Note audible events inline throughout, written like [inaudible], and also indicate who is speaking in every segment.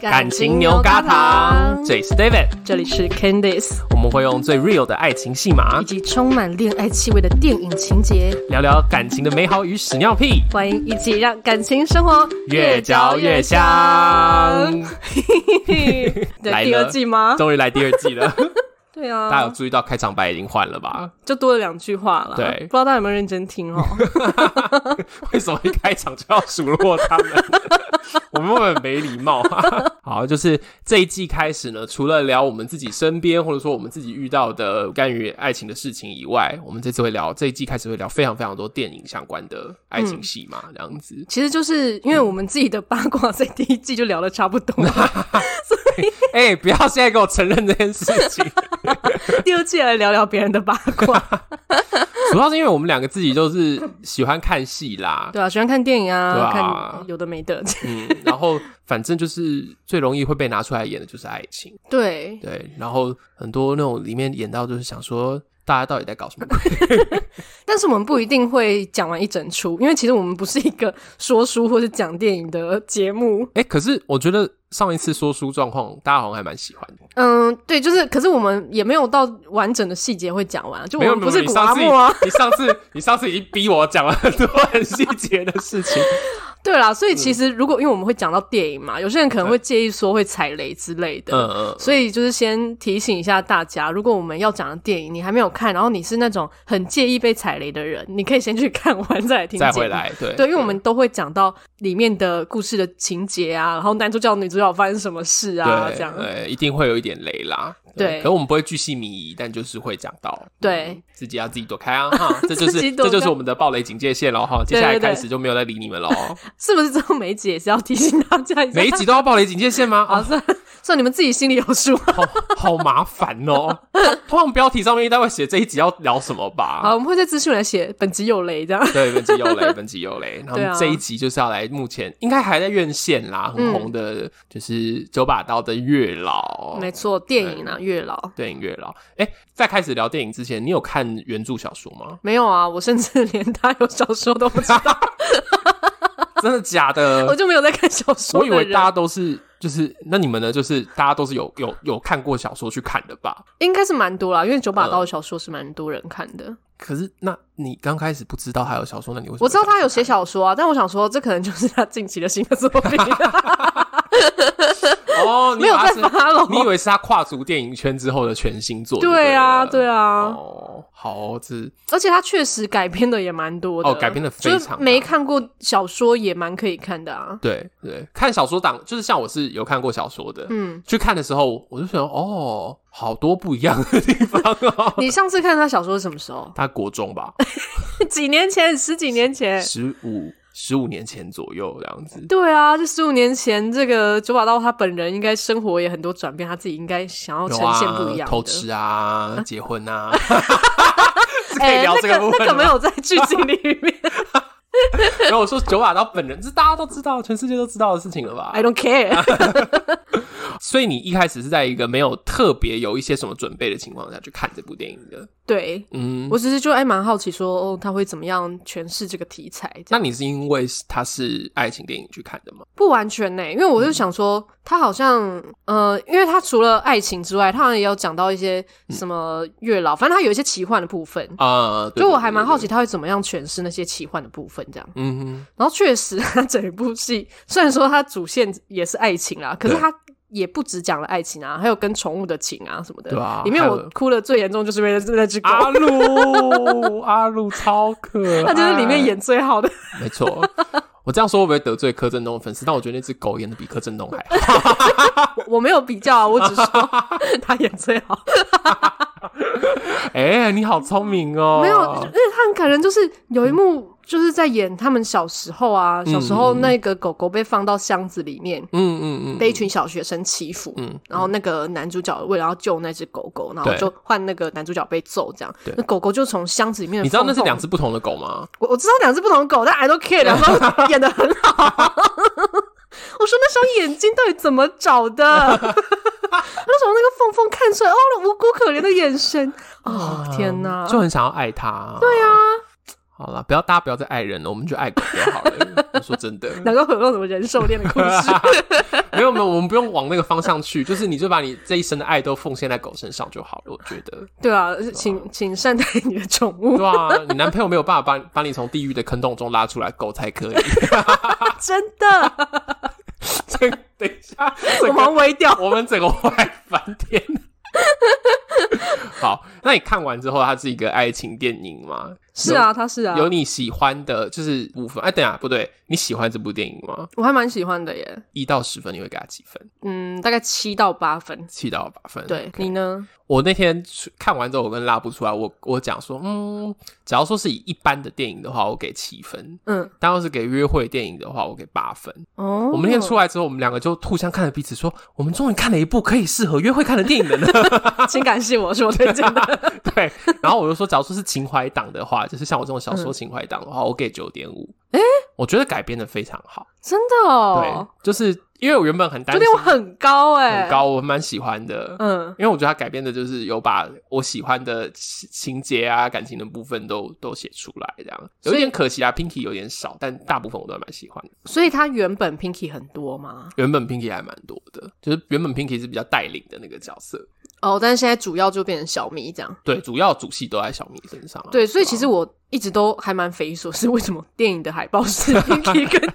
Speaker 1: 感情牛轧糖
Speaker 2: 这里是 David，
Speaker 1: [laughs] 这里是 Candice，
Speaker 2: 我们会用最 real 的爱情戏码
Speaker 1: 以及充满恋爱气味的电影情节，
Speaker 2: 聊聊感情的美好与屎尿屁，
Speaker 1: 欢迎一起让感情生活
Speaker 2: 越嚼越香。 [laughs] 来
Speaker 1: 对，第二
Speaker 2: 了
Speaker 1: 季吗？
Speaker 2: 终于来第二季
Speaker 1: [laughs] 啊
Speaker 2: 了，
Speaker 1: 对
Speaker 2: 大家有
Speaker 1: 啊，
Speaker 2: 注意到开场白已经换了吧？
Speaker 1: 就多了两句话了。
Speaker 2: 对
Speaker 1: 不知道大家有没有认真听哦？
Speaker 2: [laughs] 为什么一开场就要数落他们？我们会不会很没礼貌 [laughs] 啊！好，就是这一季开始呢，除了聊我们自己身边或者说我们自己遇到的关于爱情的事情以外，我们这次会聊这一季开始会聊非常非常多电影相关的爱情戏嘛，这样子。
Speaker 1: 其实就是因为我们自己的八卦在第一季就聊的差不多
Speaker 2: [laughs]
Speaker 1: 了，所以
Speaker 2: [laughs] 哎、不要现在给我承认这件事情，
Speaker 1: 第二季来聊聊别人的八
Speaker 2: [laughs] 啊
Speaker 1: 卦。
Speaker 2: 主要是因为我们两个自己就是喜欢看戏啦，
Speaker 1: 对啊，喜欢看电影
Speaker 2: 对
Speaker 1: 啊，
Speaker 2: 啊
Speaker 1: 看有的没的。
Speaker 2: 嗯，然后反正就是最容易会被拿出来演的就是爱情。
Speaker 1: 对，
Speaker 2: 对，然后很多那种里面演到就是想说，大家到底在搞什么鬼？
Speaker 1: 但是我们不一定会讲完一整出，因为其实我们不是一个说书或是讲电影的节目。
Speaker 2: [laughs] 哎、可是我觉得上一次说书状况，大家好像还蛮喜欢的。
Speaker 1: 嗯，对，就是，可是我们也没有到完整的细节会讲完啊，就我
Speaker 2: 没有
Speaker 1: 们
Speaker 2: 没
Speaker 1: 不
Speaker 2: 有，
Speaker 1: 是
Speaker 2: 你
Speaker 1: 古
Speaker 2: 上
Speaker 1: 阿
Speaker 2: 次
Speaker 1: 莫啊。
Speaker 2: 你上次你上次已经逼我讲了很多很细节的事情。
Speaker 1: 对啦，所以其实如果因为我们会讲到电影嘛，有些人可能会介意说会踩雷之类的。
Speaker 2: [laughs] 嗯嗯，
Speaker 1: 所以就是先提醒一下大家，如果我们要讲的电影你还没有看，然后你是那种很介意被踩雷的人，你可以先去看完再来听。
Speaker 2: [laughs] 再回。来，对嗯
Speaker 1: 对，因为我们都会讲到里面的故事的情节啊，然后男主角、女主角发生什么事啊，
Speaker 2: 对嗯
Speaker 1: 这样。
Speaker 2: 对，一定会有一点雷啦。
Speaker 1: 对
Speaker 2: 可我们不会巨细靡遗，但就是会讲到。
Speaker 1: 对
Speaker 2: 嗯自己要自己躲开啊！哈，这 [laughs] 就
Speaker 1: 自己
Speaker 2: 是
Speaker 1: 躲
Speaker 2: 这
Speaker 1: 开
Speaker 2: 就是我们的暴雷警戒线了哈。接下
Speaker 1: 对
Speaker 2: 来
Speaker 1: 对对
Speaker 2: 开始就没有再理你们了哦。
Speaker 1: 是不是之后每一集也是要提醒大家一下？
Speaker 2: 每一集都要暴雷警戒线 [laughs] 吗？啊
Speaker 1: 好，算算你们自己心里有数。啊
Speaker 2: 好好麻烦哦。 [laughs] 通常标题上面应该会写这一集要聊什么吧？
Speaker 1: 好，我们会在资讯栏写本集有雷这样。
Speaker 2: 对，本集有雷，本集有雷。然
Speaker 1: 对
Speaker 2: 后
Speaker 1: 啊嗯
Speaker 2: 这一集就是要来，目前应该还在院线啦，很红的，就是九把刀的月老
Speaker 1: 没错，电影啊，月老。？
Speaker 2: 电影月老。哎，在开始聊电影之前，你有看原著小说吗
Speaker 1: 没有啊，我甚至连他有小说都不
Speaker 2: [laughs]
Speaker 1: 知道，
Speaker 2: 真的假
Speaker 1: [laughs] 我
Speaker 2: 的？
Speaker 1: 就没有在看小说
Speaker 2: 我
Speaker 1: 的
Speaker 2: 以
Speaker 1: 人。
Speaker 2: 为大家都是，就是那你们呢？就是大家都是有有有看过小说去看的吧？
Speaker 1: 应该是蛮多啦，因为九
Speaker 2: 嗯
Speaker 1: 把刀的小说是蛮多人看的。
Speaker 2: 可是，那你刚开始不知道他有小说，那你为什么？
Speaker 1: 我知道他有写小说啊，但我想说，这可能就是他近期的新的作品，啊
Speaker 2: [laughs] 哦，你
Speaker 1: 没有
Speaker 2: 以为他
Speaker 1: 在
Speaker 2: 是
Speaker 1: 发了。
Speaker 2: 你以为是他跨足电影圈之后的全新作？
Speaker 1: 对啊，对
Speaker 2: 啊。
Speaker 1: 啊，
Speaker 2: 哦，好哦，这
Speaker 1: 而且他确实改编的也蛮多的，
Speaker 2: 哦改编得非
Speaker 1: 就
Speaker 2: 常
Speaker 1: 是没看过小说也蛮可以看的啊。
Speaker 2: 对对，看小说党就是像我是有看过小说的，
Speaker 1: 嗯，
Speaker 2: 去看的时候我就想，哦，好多不一样的地方哦。？
Speaker 1: 你上次看他小说是什么时候
Speaker 2: [laughs] 他国中吧，
Speaker 1: 几年前，十几年前。
Speaker 2: 十五十五年前左右这样子。
Speaker 1: 对啊，这十五年前，这个九把刀他本人应该生活也很多转变，他自己应该想哦要呈
Speaker 2: 有啊
Speaker 1: 现不一样的。
Speaker 2: 偷吃啊，结婚
Speaker 1: [laughs]
Speaker 2: 啊，是可以
Speaker 1: 哎、
Speaker 2: 聊
Speaker 1: 那
Speaker 2: 这个部
Speaker 1: 个那
Speaker 2: 分
Speaker 1: 个
Speaker 2: 吗 [laughs]
Speaker 1: 没有在剧情里面啊
Speaker 2: 然后我说九把刀本人，这大家都知道，全世界都知道的事情了吧？
Speaker 1: ，I don't care。
Speaker 2: [laughs] 所以你一开始是在一个没有特别有一些什么准备的情况下去看这部电影的，
Speaker 1: 对，
Speaker 2: 嗯，
Speaker 1: 我只是就还蛮好奇说，哦，他会怎么样诠释这个题材？这
Speaker 2: 那
Speaker 1: 样
Speaker 2: 你是因为它是爱情电影去看的吗？
Speaker 1: 不完全呢、因为
Speaker 2: 嗯
Speaker 1: 我就想说，他好像呃，因为他除了爱情之外，他好像也有讲到一些什么月老，反正他有一些奇幻的部分。
Speaker 2: 嗯啊、对
Speaker 1: 就我还蛮好，奇
Speaker 2: 对对
Speaker 1: 他会怎么样诠释那些奇幻的部分，这样。
Speaker 2: 对嗯哼，
Speaker 1: 然后确实，他整部戏虽然说他主线也是爱情啦，可是
Speaker 2: 对
Speaker 1: 他也不只讲了爱情啊，还有跟宠物的情啊什么的。
Speaker 2: 对啊
Speaker 1: 里面
Speaker 2: 还
Speaker 1: 我
Speaker 2: 有啊
Speaker 1: 哭的最严重 [laughs] 就是因为那只狗，
Speaker 2: 阿鲁阿鲁超可
Speaker 1: [laughs]
Speaker 2: 爱，
Speaker 1: 他就是里面演最好的。
Speaker 2: 没
Speaker 1: [laughs]
Speaker 2: 错。我这样说会不会得罪柯震东的粉丝？但我觉得那只狗演的比柯震东还
Speaker 1: [laughs]
Speaker 2: 好。
Speaker 1: 我没有比较啊，我只说 [laughs] 他演最好，
Speaker 2: 哎、你好聪明哦！哦嗯
Speaker 1: 没有，因为他很感人。就是有一幕，就是在演他们小时候啊，小时候那个狗狗被放到箱子里面，
Speaker 2: 嗯嗯嗯，
Speaker 1: 被一群小学生欺负，
Speaker 2: 嗯
Speaker 1: 然后那个男主角为了要救那只狗狗，然后
Speaker 2: 对
Speaker 1: 就换那个男主角被揍，这样
Speaker 2: 对，
Speaker 1: 那狗狗就从箱子里面的
Speaker 2: 你知道那
Speaker 1: 缝
Speaker 2: 是
Speaker 1: 缝
Speaker 2: 两只不同的狗吗？
Speaker 1: 我我知道两只不同的狗，但 I don't care，两只
Speaker 2: [laughs]
Speaker 1: 都演的很好。 [laughs] 我说那双眼睛到底怎么找的？ [laughs] 我就从那个缝缝看出来，哦，那无辜可怜的眼神，
Speaker 2: 啊
Speaker 1: 哦，天哪！
Speaker 2: 就很想要爱它。对啊，好了，不要大家不要再爱人了，我们就爱狗就好
Speaker 1: [laughs]
Speaker 2: 了。我说真的，
Speaker 1: 能够回到什么人兽恋的故事？
Speaker 2: [laughs]
Speaker 1: [laughs]
Speaker 2: 没有没有，我们不用往那个方向去，就是你就把你这一生的爱都奉献在狗身上就好了。我觉
Speaker 1: [laughs]
Speaker 2: 得，
Speaker 1: 对啊，
Speaker 2: 哦
Speaker 1: 请请善待你的宠物，
Speaker 2: 对啊，你男朋友没有办法把把你从地狱的坑洞中拉出来，狗才
Speaker 1: [laughs]
Speaker 2: 可以。啊
Speaker 1: 真的，
Speaker 2: 这等一下，
Speaker 1: 我
Speaker 2: 整个
Speaker 1: 忙微掉。
Speaker 2: 我们整个坏翻天。 [laughs] 好，那你看完之后，它是一个爱情电影吗？
Speaker 1: 是啊，他是啊，
Speaker 2: 有你喜欢的，就是五分。哎，等一下，不对，你喜欢这部电影吗？
Speaker 1: 我还蛮喜欢的耶。
Speaker 2: 一到十分，你会给它几分？
Speaker 1: 嗯，大概七到八分。
Speaker 2: 七到八分。
Speaker 1: 对
Speaker 2: OK
Speaker 1: 你呢？
Speaker 2: 我那天去看完之后，我跟拉布出来，我我讲说，嗯，假如说是以一般的电影的话，我给七分；
Speaker 1: 嗯，
Speaker 2: 但要是给约会电影的话，我给八分。
Speaker 1: 哦，
Speaker 2: 我们那天出来之后，我们两个就互相看着彼此说，我们终于看了一部可以适合约会看的电影
Speaker 1: [laughs]
Speaker 2: 了呢。
Speaker 1: 请感谢我，是我
Speaker 2: 啊
Speaker 1: 推荐的。啊
Speaker 2: [laughs] 对，然后我就说，假如说是情怀党的话，就是像我这种小
Speaker 1: 嗯
Speaker 2: 说情怀党的话，我给九点五。
Speaker 1: 诶
Speaker 2: 我觉得改编的非常好。
Speaker 1: 真的
Speaker 2: 对
Speaker 1: 哦，，
Speaker 2: 就是因为我原本很担
Speaker 1: 九
Speaker 2: 心
Speaker 1: 点五很高哎、
Speaker 2: 很高，我蛮喜欢的。
Speaker 1: 嗯，
Speaker 2: 因为我觉得他改编的就是有把我喜欢的情情节啊、感情的部分都都写出来，这样有一点可惜啊。Pinky 有点少，但大部分我都还蛮喜欢的。
Speaker 1: 所以它原本 Pinky 很多嘛，
Speaker 2: 原本 Pinky 还蛮多的，就是原本 Pinky 是比较带领的那个角色，
Speaker 1: 哦，但是现在主要就变成小咪这样。
Speaker 2: 对，主要主戏都在小明身上啊、
Speaker 1: 对，所以
Speaker 2: 吧
Speaker 1: 其实我一直都还蛮匪夷所思，为什么电影的海报是 Pinky 跟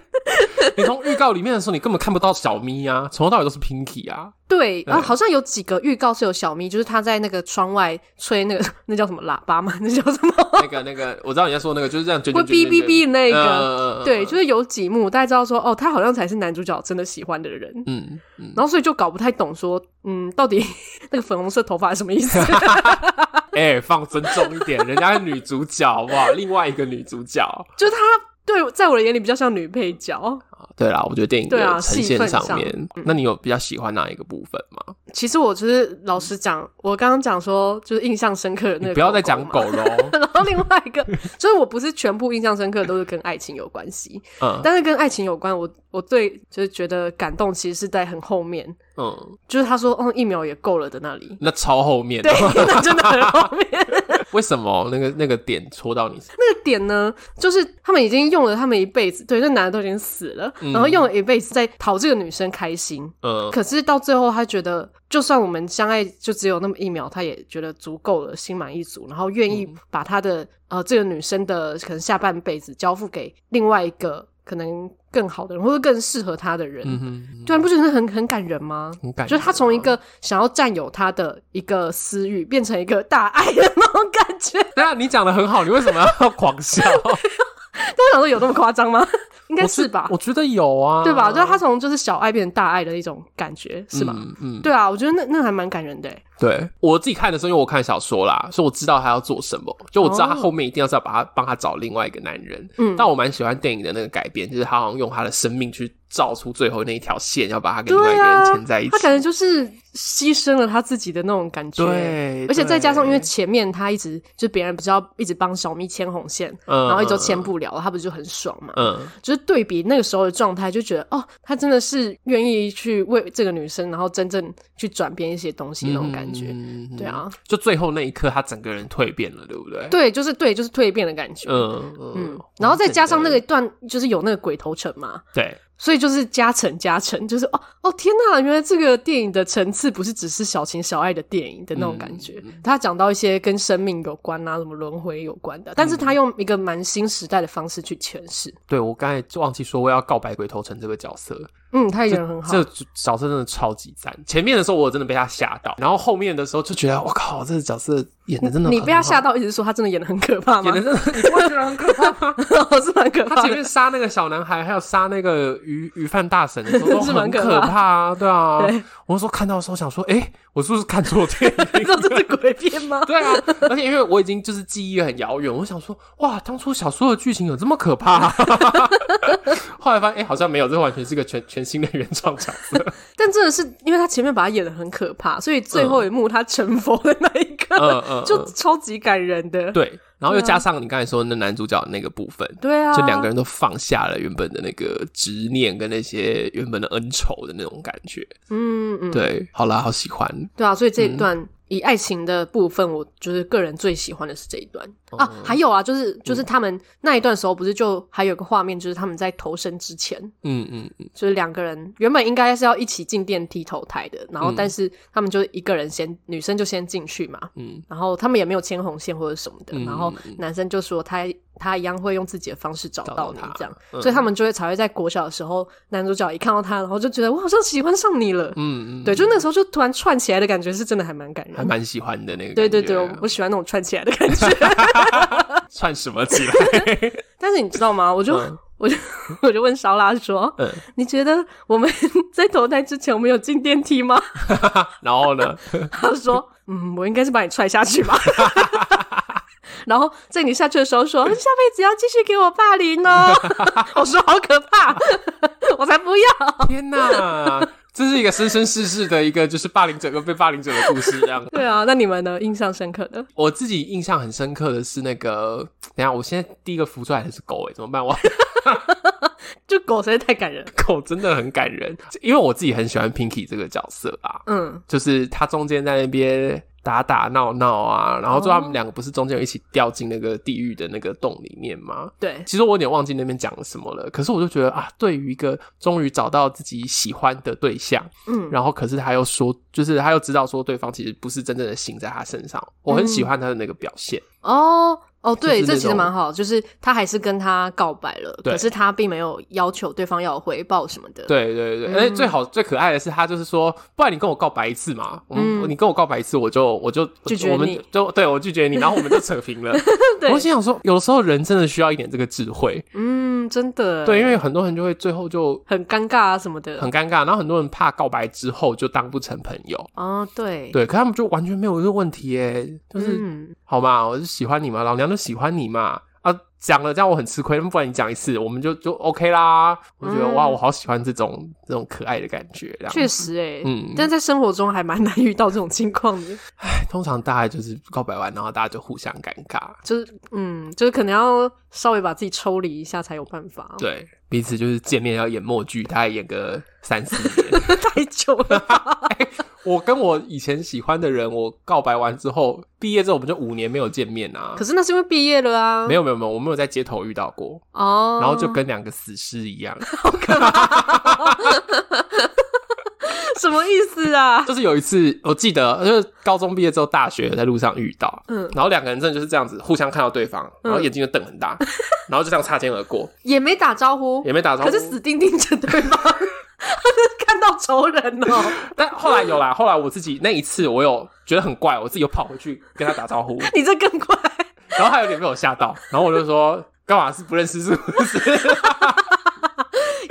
Speaker 2: 你从预告里面的时候，你根本看不到小咪啊，从头到尾都是 Pinky 啊，
Speaker 1: 对
Speaker 2: 对
Speaker 1: 啊？好像有几个预告是有小咪，就是他在那个窗外吹那个 [laughs] 那叫什么喇叭嘛， [laughs] 那叫什么？
Speaker 2: 那个那个，我知道你在说那个，就是这样卷
Speaker 1: 会
Speaker 2: 卷
Speaker 1: 哔
Speaker 2: 卷卷嗯
Speaker 1: 哔哔的那
Speaker 2: 那
Speaker 1: 个。对，就是是有几幕大家知道说，哦，他好像才是男主角真的喜欢的人，
Speaker 2: 嗯嗯，
Speaker 1: 然后所以就搞不太懂说，嗯，到底 [laughs] 那个粉红色头发是什么意思？
Speaker 2: [laughs] 哎、放尊重一点，人家是女主角好不好？另外一个女主角，
Speaker 1: 就是他对，在我的眼里比较像女配角。
Speaker 2: 对啦，我觉得电影的
Speaker 1: 对啊
Speaker 2: 呈
Speaker 1: 戏
Speaker 2: 现
Speaker 1: 份
Speaker 2: 上
Speaker 1: 上嗯
Speaker 2: 面，那你有比较喜欢哪一个部分吗？
Speaker 1: 其实我就是老实讲，我刚刚讲说就是印象深刻的那
Speaker 2: 你
Speaker 1: 个，
Speaker 2: 不要再讲
Speaker 1: 啊
Speaker 2: 狗。喽。
Speaker 1: [laughs] 然后另外一个，就是我不是全部印象深刻都是跟爱情有关系，
Speaker 2: 嗯
Speaker 1: 但是跟爱情有关，我我对就是觉得感动其实是在很后面，
Speaker 2: 嗯，，
Speaker 1: 就是他说嗯一秒也够了的那里 [laughs]
Speaker 2: 那超后面的
Speaker 1: 对，，那真的很后面。
Speaker 2: [laughs]
Speaker 1: [laughs]
Speaker 2: 为什么那个那个点戳到你？
Speaker 1: 那个点呢，就是他们已经用了他们一辈子，对，那男的都已经死了，然后用了一辈子在讨这个女生开心，
Speaker 2: 嗯
Speaker 1: 可是到最后，他觉得就算我们相爱就只有那么一秒，他也觉得足够了，心满意足，然后愿意
Speaker 2: 嗯
Speaker 1: 把他的、呃这个女生的可能下半辈子交付给另外一个可能更好的人，或者更适合他的人。
Speaker 2: 嗯哼，
Speaker 1: 对啊，你不觉得很很感人吗？
Speaker 2: 很感人啊，
Speaker 1: 就是他从一个想要占有他的一个私欲，变成一个大爱的那种感觉。 [laughs]
Speaker 2: 对啊，你讲的很好，你为什么要狂笑？
Speaker 1: 都想说有那么夸张吗？ [laughs] 应该
Speaker 2: 我
Speaker 1: 是吧
Speaker 2: 我，觉得有啊，
Speaker 1: 对吧？就是他从就是小爱变成大爱的一种感觉，是吧？
Speaker 2: 嗯嗯，
Speaker 1: 对啊，我觉得那那还蛮感人的欸。
Speaker 2: 对我自己看的时候，因为我看小说啦，所以我知道他要做什么，就我知道他
Speaker 1: 哦
Speaker 2: 后面一定要是要把他帮他找另外一个男人。
Speaker 1: 嗯
Speaker 2: 但我蛮喜欢电影的那个改编，就是他好像用他的生命去照出最后那一条线，要把他跟另外一个人牵在一起。
Speaker 1: 他感觉就是牺牲了他自己的那种感觉，
Speaker 2: 对，
Speaker 1: 而且再加上因为
Speaker 2: 对
Speaker 1: 前面他一直就别人不是要一直帮小咪牵红线，
Speaker 2: 嗯
Speaker 1: 然后一直都牵不了，他不是就很爽嘛？
Speaker 2: 嗯，
Speaker 1: 就是对比那个时候的状态，就觉得哦，他真的是愿意去为这个女生，然后真正去转变一些东西那种感觉。
Speaker 2: 嗯
Speaker 1: 对，啊，
Speaker 2: 就最后那一刻，他整个人蜕变了，对不对？，
Speaker 1: 对，就是对，就是蜕变的感觉。
Speaker 2: 嗯
Speaker 1: 嗯
Speaker 2: 嗯，
Speaker 1: 然后再加上那个段，就是有那个鬼头城嘛，
Speaker 2: 对，
Speaker 1: 所以就是加成加成，就是哦哦天呐，原来这个电影的层次不是只是小情小爱的电影的那种感觉，
Speaker 2: 嗯
Speaker 1: 他讲到一些跟生命有关啊，什么轮回有关的，但
Speaker 2: 嗯
Speaker 1: 是他用一个蛮新时代的方式去诠释。
Speaker 2: 对我刚才忘记说我要告白鬼头城这个角色，
Speaker 1: 嗯，他演的很好，
Speaker 2: 这角色真的超级赞。前面的时候我真的被他吓到，然后后面的时候就觉得我靠，这个角色演的真的
Speaker 1: 你
Speaker 2: 很
Speaker 1: 被他
Speaker 2: 好
Speaker 1: 吓，到，一直说他真的演的很可怕吗
Speaker 2: 演？的真的，你不会觉得很可怕吗？
Speaker 1: [laughs] 是蛮可
Speaker 2: 他
Speaker 1: 怕
Speaker 2: 前
Speaker 1: 的。
Speaker 2: 面杀那个小男孩，还有杀那个鱼鱼贩大神的时候， [laughs] 都
Speaker 1: 是蛮
Speaker 2: 很
Speaker 1: 可
Speaker 2: 可
Speaker 1: 怕
Speaker 2: 怕啊，对啊。
Speaker 1: 对
Speaker 2: 我那时候看到的时候想说，诶，我是不是看错电影？ [laughs]
Speaker 1: 这这是鬼片吗？
Speaker 2: 对啊，而且因为我已经就是记忆很遥远，我想说，哇，当初小说的剧情有这么可怕、啊？ [laughs] 后来发现，哎、好像没有，这完全是个全全新的原创角色。
Speaker 1: 但真的是因为他前面把他演的很可怕，所以最后一幕他成佛的那一刻，
Speaker 2: 嗯嗯，
Speaker 1: 就
Speaker 2: 嗯
Speaker 1: 超级感人的。
Speaker 2: 对，然后又
Speaker 1: 对啊
Speaker 2: 加上你刚才说那男主角那个部分，
Speaker 1: 对啊，
Speaker 2: 就两个人都放下了原本的那个执念跟那些原本的恩仇的那种感觉。
Speaker 1: 嗯嗯，
Speaker 2: 对，好啦，好喜欢。
Speaker 1: 对啊，所以这
Speaker 2: 嗯
Speaker 1: 一段、以爱情的部分，我就是个人最喜欢的是这一段、
Speaker 2: 哦
Speaker 1: 啊。还有啊，就是
Speaker 2: 嗯
Speaker 1: 就是他们那一段时候，不是就还有个画面，就是他们在投生之前，
Speaker 2: 嗯嗯嗯，
Speaker 1: 就是两个人原本应该是要一起进电梯投胎的，然后
Speaker 2: 嗯
Speaker 1: 但是他们就一个人先，女生就先进去嘛，
Speaker 2: 嗯，
Speaker 1: 然后他们也没有牵红线或者什么的，
Speaker 2: 嗯
Speaker 1: 然后男生就说他他一样会用自己的方式找到你
Speaker 2: 找到他
Speaker 1: 这样，
Speaker 2: 嗯
Speaker 1: 所以他们就会才会在国小的时候，男主角一看到他，然后就觉得我好像喜欢上你了，
Speaker 2: 嗯嗯，
Speaker 1: 对，就那时候就突然串起来的感觉是真的还蛮感人
Speaker 2: 还
Speaker 1: 的。
Speaker 2: 蛮喜欢的那个。
Speaker 1: 对对对，我我喜欢那种串起来的感觉。 [laughs]
Speaker 2: 串啊什么起来？ [laughs]
Speaker 1: 但是你知道吗？我就、
Speaker 2: 嗯
Speaker 1: 我就 [laughs] 我就问小拉说：“
Speaker 2: 嗯
Speaker 1: 你觉得我们 [laughs] 在投胎之前，我们有进电梯吗 [laughs]
Speaker 2: 然后呢？？”
Speaker 1: 他说：“嗯，我应该是把你踹下 [laughs] 去吧。”然后 [laughs] 在你下去的时候说：“下辈子要继续给我霸凌 [laughs] 哦。”我说：“好可怕， [laughs] 我才不要。
Speaker 2: 天哪，这是一个生生世世的一个就是霸凌者跟被霸凌者的故事，这样”。
Speaker 1: 对啊，那你们呢？印象深刻的？
Speaker 2: 我自己印象很深刻的是那个，等一下我现在第一个浮出来的是狗、欸，怎么办？我
Speaker 1: 就狗实在太感人了。
Speaker 2: 狗真的很感人，因为我自己很喜欢 Pinky 这个角色啊，
Speaker 1: 嗯，
Speaker 2: 就是他中间在那边打打闹闹啊，然后最后他们两个不是中间有一起掉进那个地狱的那个洞里面吗？
Speaker 1: 对，
Speaker 2: 其实我有点忘记那边讲了什么了，可是我就觉得啊，对于一个终于找到自己喜欢的对象，
Speaker 1: 嗯
Speaker 2: 然后可是他又说，就是他又知道说对方其实不是真正的心在他身上，我很喜欢他的那个表现，
Speaker 1: 哦哦，对，
Speaker 2: 就是那
Speaker 1: 这其实
Speaker 2: 种
Speaker 1: 蛮好，就是他还是跟他告白了，
Speaker 2: 对
Speaker 1: 可是他并没有要求对方要有回报什么的。，嗯
Speaker 2: 对对对，而且最好最可爱的是他就是说，不然你跟我告白一次嘛，我们、你跟我告白一次，我就我就
Speaker 1: 嗯拒绝
Speaker 2: 我们
Speaker 1: 你
Speaker 2: 就对我拒绝你，然后我们就扯平了。
Speaker 1: [laughs] 对
Speaker 2: 我心想说，有时候人真的需要一点这个智慧，
Speaker 1: 嗯，真的，
Speaker 2: 对，因为很多人就会最后就
Speaker 1: 很尴尬啊什么的。
Speaker 2: 很尴尬，然后很多人怕告白之后就当不成朋友，
Speaker 1: 哦，对，
Speaker 2: 对，可他们就完全没有这个问题耶，就是、
Speaker 1: 嗯，
Speaker 2: 好嘛，我就喜欢你嘛，老娘就喜欢你嘛。啊，讲了这样我很吃亏，不然你讲一次，我们就就 OK 啦。我就觉得、
Speaker 1: 嗯
Speaker 2: 哇，我好喜欢这种这种可爱的感觉。这样
Speaker 1: 确实诶、
Speaker 2: 嗯
Speaker 1: 但在生活中还蛮难遇到这种情况的， [laughs]
Speaker 2: 通常大家就是告白完，然后大家就互相尴尬，
Speaker 1: 就是嗯，就是可能要稍微把自己抽离一下才有办法。，
Speaker 2: 对彼此就是见面要演默剧，大概演个三
Speaker 1: [laughs]
Speaker 2: 四年。
Speaker 1: 太久
Speaker 2: [laughs]
Speaker 1: 了吧，
Speaker 2: 我跟我以前喜欢的人，我告白完之后，毕业之后我们就五年没有见面啊
Speaker 1: 可。是那是因为毕业了啊。
Speaker 2: 没
Speaker 1: 有
Speaker 2: 有没有没有，我没有在街头遇到过，
Speaker 1: 哦，
Speaker 2: 然后就跟两个死尸一样。 [laughs]
Speaker 1: 什么意思啊？
Speaker 2: 就是有一次，我记得就是高中毕业之后，大学在路上遇到，
Speaker 1: 嗯
Speaker 2: 嗯，然后两个人真的就是这样子互相看到对方，然后
Speaker 1: 嗯
Speaker 2: 眼睛就瞪很
Speaker 1: [laughs]
Speaker 2: 大，然后就这样擦肩而过，
Speaker 1: 也没打招呼，
Speaker 2: 也没打招呼。
Speaker 1: 可是死盯盯着对方， [laughs] 他是看到仇人哦、
Speaker 2: [laughs] 但后来有啦，后来我自己那一次我有觉得很怪，我自己又跑回去跟他打招呼，
Speaker 1: 你这更快，
Speaker 2: 然后他有点被我吓到，然后我就说干嘛是不认识是不是？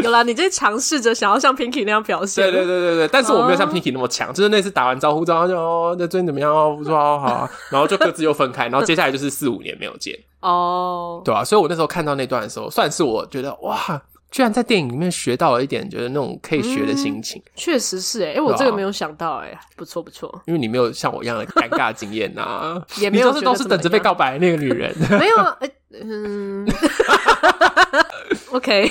Speaker 1: 有啦，你这尝试着想要像 Pinky 那样表现，
Speaker 2: 对对对对对，但是我没有像
Speaker 1: 哦
Speaker 2: Pinky 那么强，就是那次打完招呼之后就哦，那最近怎么样哦，不错哦，好啊，然后就各自又分开，然后接下来就是四五年没有见。
Speaker 1: 哦，
Speaker 2: 对啊，所以我那时候看到那段的时候，算是我觉得哇，居然在电影里面学到了一点，觉得那种可以学的心情，
Speaker 1: 确实是哎、哎、我
Speaker 2: 对啊
Speaker 1: 这个没有想到哎、不错不错，，
Speaker 2: 因为你没有像我一样的尴尬经验呐、啊
Speaker 1: 也没有
Speaker 2: 你都是都是等着被告白的那个女人。
Speaker 1: 没有啊，哎、嗯 [laughs] ，OK，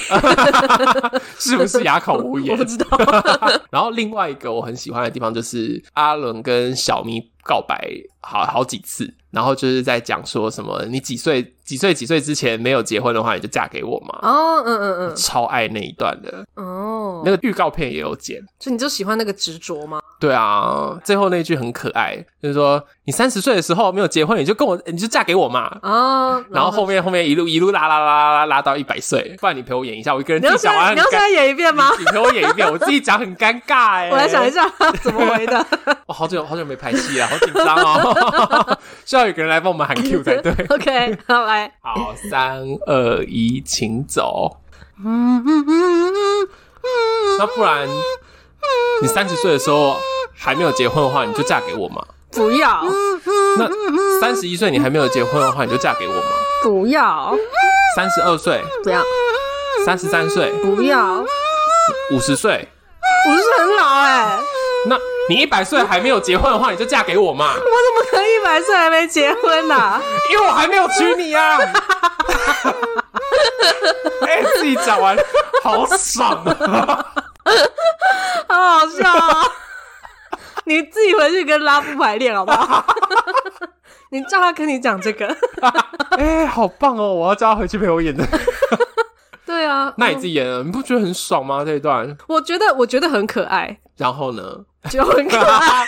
Speaker 2: 是不是哑口无
Speaker 1: [laughs]
Speaker 2: 言
Speaker 1: 我？不知道，
Speaker 2: [laughs] 然后另外一个我很喜欢的地方就是阿伦跟小咪告白好好几次，然后就是在讲说什么你几岁几岁几岁之前没有结婚的话，你就嫁给我嘛。
Speaker 1: 哦，嗯嗯
Speaker 2: 超爱那一段的，
Speaker 1: 嗯，哦，
Speaker 2: 那个预告片也有剪。
Speaker 1: 就你就喜欢那个执着吗？
Speaker 2: 对啊，最后那句很可爱，就是说你三十岁的时候没有结婚，你就跟我，你就嫁给我嘛。
Speaker 1: 啊，
Speaker 2: 然后后面后面一路一路拉拉拉拉拉到一百岁，不然你陪我演一下，我一个人
Speaker 1: 你
Speaker 2: 自
Speaker 1: 要
Speaker 2: 己
Speaker 1: 现
Speaker 2: 讲
Speaker 1: 在
Speaker 2: 完
Speaker 1: 你要
Speaker 2: 很
Speaker 1: 现在
Speaker 2: 尴
Speaker 1: 演一遍吗？
Speaker 2: 你陪我演一遍，我自己讲很尴
Speaker 1: [laughs]
Speaker 2: 尬哎、
Speaker 1: 我来想一，下怎么回
Speaker 2: [laughs]
Speaker 1: 的。
Speaker 2: 我哦好久好久没拍戏了，好紧张哦， [laughs] 需要有个人来帮我们喊 Q 才对。
Speaker 1: [laughs] OK，好来，
Speaker 2: [laughs] 好，三二一，请走。
Speaker 1: 嗯嗯嗯嗯嗯，
Speaker 2: 那不然你三十岁的时候还没有结婚的话，你就嫁给我嘛。
Speaker 1: 不要
Speaker 2: 那三十一岁你还没有结婚的话，你就嫁给我嘛。
Speaker 1: 不要
Speaker 2: 三十二岁、
Speaker 1: 不要
Speaker 2: 三十三岁、
Speaker 1: 不要，我
Speaker 2: 五十岁，
Speaker 1: 是很老哎，
Speaker 2: 那你一百岁还没有结婚的话，你就嫁给我嘛，
Speaker 1: 我怎么可能一百岁还没结婚呢？
Speaker 2: 因为我还没有娶你
Speaker 1: [laughs]
Speaker 2: 啊。哎、自己讲完好爽啊！
Speaker 1: 好好笑 [laughs] 哦！你自己回去跟拉夫排练好不 [laughs] 好？你叫他跟你讲这个。
Speaker 2: [laughs] 哎、好棒哦！我要叫他回去陪我 [laughs] 演的。
Speaker 1: 对啊，
Speaker 2: 那你自
Speaker 1: 己，
Speaker 2: 己演了，你不觉得很爽吗？这一段，
Speaker 1: 我觉得我觉得很可爱，
Speaker 2: 然后呢？
Speaker 1: 就很可爱。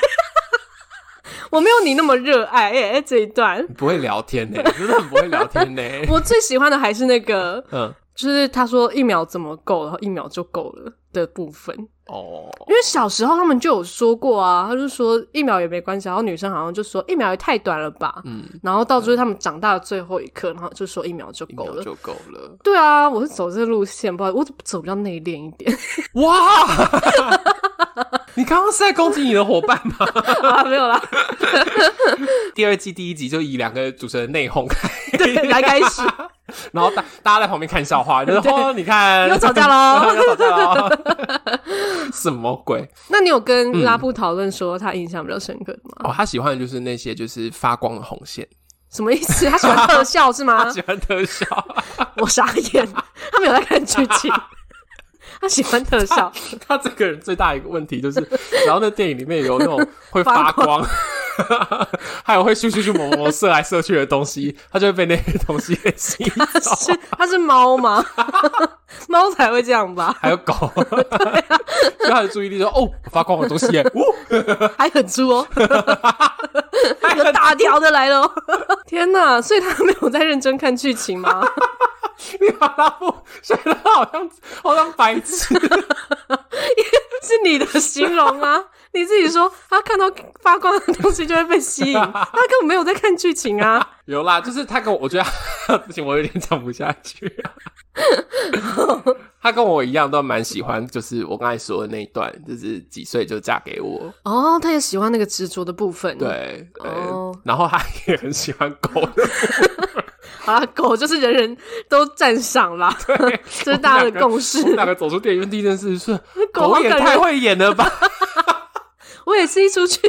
Speaker 1: 我没有你那么热爱耶、这一段。
Speaker 2: 不会聊天 [laughs] 呢、真的很不会聊天 [laughs] 呢、
Speaker 1: 我最喜欢的还是那个，
Speaker 2: 嗯，
Speaker 1: 就是他说一秒怎么够，然后一秒就够了的部分。
Speaker 2: 哦，
Speaker 1: 因为小时候他们就有说过啊，他就说一秒也没关系，然后女生好像就说一秒也太短了吧，
Speaker 2: 嗯，
Speaker 1: 然后到最后他们长大的最后一刻，然后就说一秒就
Speaker 2: 一
Speaker 1: 够
Speaker 2: 秒
Speaker 1: 了。
Speaker 2: 就够了。
Speaker 1: 对啊，我是走这路线，不好意思，我走比较内敛一
Speaker 2: [laughs]
Speaker 1: 点
Speaker 2: 哇！你刚刚是在攻击你的伙伴吗？
Speaker 1: 啊，没有
Speaker 2: [laughs]
Speaker 1: 啦，
Speaker 2: 第二季第一集就以两个主持人内讧开，
Speaker 1: 对，来开始，
Speaker 2: 然后大大家在旁边看笑 [laughs] 话，就是哦，你看
Speaker 1: 又吵架喽
Speaker 2: [laughs] 又吵架 [laughs] 喽，什么鬼？
Speaker 1: 那你有
Speaker 2: 嗯
Speaker 1: 跟拉布讨论说他印象比较深刻的吗？
Speaker 2: 哦，他喜欢的就是那些就是发光的红线，
Speaker 1: 什么意思？他喜欢
Speaker 2: [laughs]
Speaker 1: 特效是吗
Speaker 2: 他？喜欢特效，
Speaker 1: 我傻眼，他没有在看剧
Speaker 2: [laughs]
Speaker 1: 情，他喜欢特效，
Speaker 2: 他这个人最大一个问题就是， [laughs] 然后那电影里面有那种会发光， [laughs] 还有会咻咻咻某某射来射去的东西，他就会被那些东西给吸走，
Speaker 1: 是他是猫吗？ [laughs] 猫才会这样吧？
Speaker 2: 还有狗，所以他的注意力说哦，发光的东西耶，哦，
Speaker 1: 还很粗 [laughs] 哦，有大条的来了哦！ [laughs] 天哪，所以他没有在认真看剧情吗？
Speaker 2: 你把拉布觉得好像好像白痴，
Speaker 1: [laughs] 是你的形容啊！你自己说，他看到发光的东西就会被 [laughs] 吸引，他根本没有在看剧情 [laughs] 啊！
Speaker 2: 有啦，就是他跟我，我觉得他不行，我有点讲不下去。他跟我一样，都蛮喜欢，就是我刚才说的那一段，就是几岁就嫁给我，
Speaker 1: 哦，他也喜欢那个执着的部分。，
Speaker 2: 对，对
Speaker 1: 哦
Speaker 2: 然后他也很喜欢狗的，
Speaker 1: 好啦，啊狗就是人人都赞赏 [laughs] 啦，这是大家的共识
Speaker 2: 我。们两个走出电影院第一件事是，
Speaker 1: 狗好
Speaker 2: 也
Speaker 1: 感
Speaker 2: 太
Speaker 1: 人
Speaker 2: 会演了吧？
Speaker 1: 我也是一出去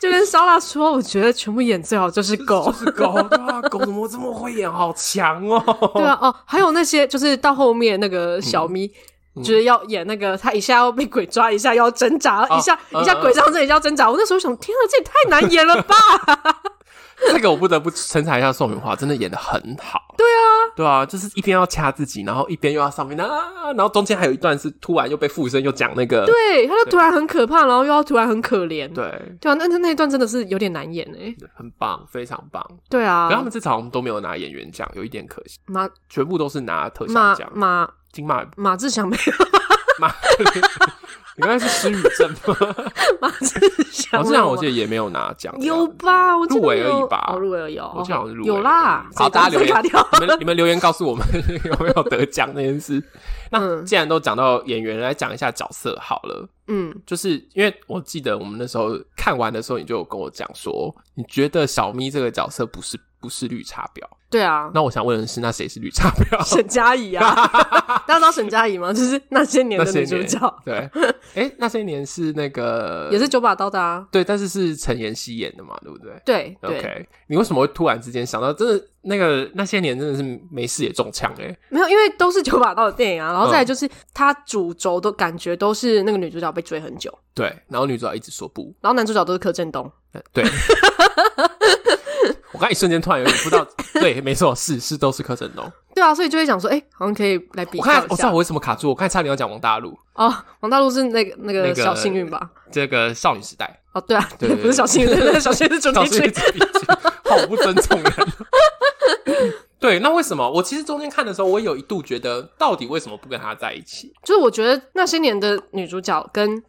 Speaker 1: 就跟烧腊说，我觉得全部演最好就是狗 [laughs]
Speaker 2: 就。是狗，对啊，狗怎么这么会演，好强哦！
Speaker 1: 对啊，哦，还有那些就是到后面那个小咪。
Speaker 2: 嗯
Speaker 1: 就是要演那个，他一下要被鬼抓，一下要挣扎，
Speaker 2: 哦
Speaker 1: 一下
Speaker 2: 嗯
Speaker 1: 一下鬼上身，一下要挣扎。我那时候想，天啊，这也太难演
Speaker 2: [laughs]
Speaker 1: 了吧！
Speaker 2: 这个我不得不称赞一下宋雨华，真的演的很好。对啊，对啊，就是一边要掐自己，然后一边又要上面啊，然后中间还有一段是突然又被附身，又讲那个
Speaker 1: 对，他就突然很可怕，然后又要突然很可怜。
Speaker 2: 对，
Speaker 1: 对啊，那那那一段真的是有点难演哎。
Speaker 2: 很棒，非常棒。
Speaker 1: 对
Speaker 2: 可他
Speaker 1: 啊
Speaker 2: 们，这场都没有拿演员奖，有一点可惜，
Speaker 1: 马
Speaker 2: 全部都是拿特效
Speaker 1: 马
Speaker 2: 奖。
Speaker 1: 马
Speaker 2: 金马
Speaker 1: 马志祥没有， [laughs]
Speaker 2: 马，你刚才是失语症吗？
Speaker 1: 马志祥没
Speaker 2: 好
Speaker 1: 有吗，
Speaker 2: 像哦我记得也没有拿奖，
Speaker 1: 有吧？我记得
Speaker 2: 入围而已
Speaker 1: 有
Speaker 2: 吧
Speaker 1: 哦，入围而已哦，
Speaker 2: 我记得好像是入围
Speaker 1: 有啦。
Speaker 2: 好，大家留言
Speaker 1: 卡掉，
Speaker 2: 你们你们留言告诉我们有没有得奖这件事。那
Speaker 1: 嗯
Speaker 2: 既然都讲到演员，来讲一下角色好了。
Speaker 1: 嗯，
Speaker 2: 就是因为我记得我们那时候看完的时候，你就有跟我讲说，你觉得小咪这个角色不是不是绿茶婊。
Speaker 1: 对啊，
Speaker 2: 那我想问的是，那谁是绿茶婊？
Speaker 1: 沈佳宜啊，大家知道沈佳宜吗？ [laughs] 就是那些年
Speaker 2: [laughs] 那
Speaker 1: 的
Speaker 2: 些
Speaker 1: 女主
Speaker 2: 年嗯
Speaker 1: 角，
Speaker 2: 对，哎、那些年是那个
Speaker 1: [laughs] 也是九把刀的啊。
Speaker 2: 对，但是是陈妍希演的嘛，对不对？
Speaker 1: 对对，
Speaker 2: OK，你为什么会突然之间想到，真的那个那些年真的是没事也中枪哎、欸
Speaker 1: 没有，因为都是九把刀的电影啊。
Speaker 2: 嗯
Speaker 1: 然后再来就是，它主轴都感觉都是那个女主角被追很久，
Speaker 2: 对，然后女主角一直说不，
Speaker 1: 然后男主角都是柯震东。
Speaker 2: [laughs] 呃对。我刚刚一瞬间突然有点不知道，对，没错，是是都是柯震东。
Speaker 1: 对啊，所以就会想说，哎、好像可以来比
Speaker 2: 我
Speaker 1: 较
Speaker 2: 看
Speaker 1: 一
Speaker 2: 我知道
Speaker 1: 下。
Speaker 2: 我为什么卡住，我看差点要讲王大陆
Speaker 1: 哦，王大陆是那个那
Speaker 2: 那
Speaker 1: 个
Speaker 2: 个
Speaker 1: 小幸运吧？
Speaker 2: 这个少女时代，
Speaker 1: 哦，对啊，
Speaker 2: 对对对
Speaker 1: 不是小 [laughs] 幸运，对对小幸运是主
Speaker 2: 少
Speaker 1: 题
Speaker 2: 女时
Speaker 1: 曲。
Speaker 2: 代，好不尊重人。 [laughs] 对，那为什么？我其实中间看的时候，我有一度觉得，到底为什么不跟他在一起？
Speaker 1: 就是我觉得那些年的女主角跟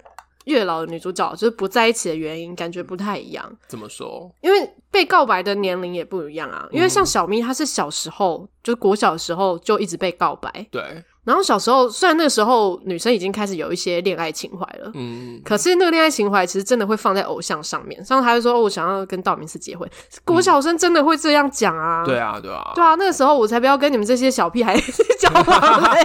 Speaker 1: 月老的女主角就是不在一起的原因，感觉不太一样，
Speaker 2: 怎么说？
Speaker 1: 因为被告白的年龄也不一样啊。因为像
Speaker 2: 嗯
Speaker 1: 小咪，她是小时候就是国小的时候就一直被告白，
Speaker 2: 对，
Speaker 1: 然后小时候虽然那个时候女生已经开始有一些恋爱情怀了。
Speaker 2: 嗯，
Speaker 1: 可是那个恋爱情怀其实真的会放在偶像上面，像她就说、哦我想要跟道明寺结婚，国小生真的会这样讲啊。
Speaker 2: 嗯对啊，对啊，
Speaker 1: 对啊，那个时候我才不要跟你们这些小屁孩 [laughs] 交往嘞！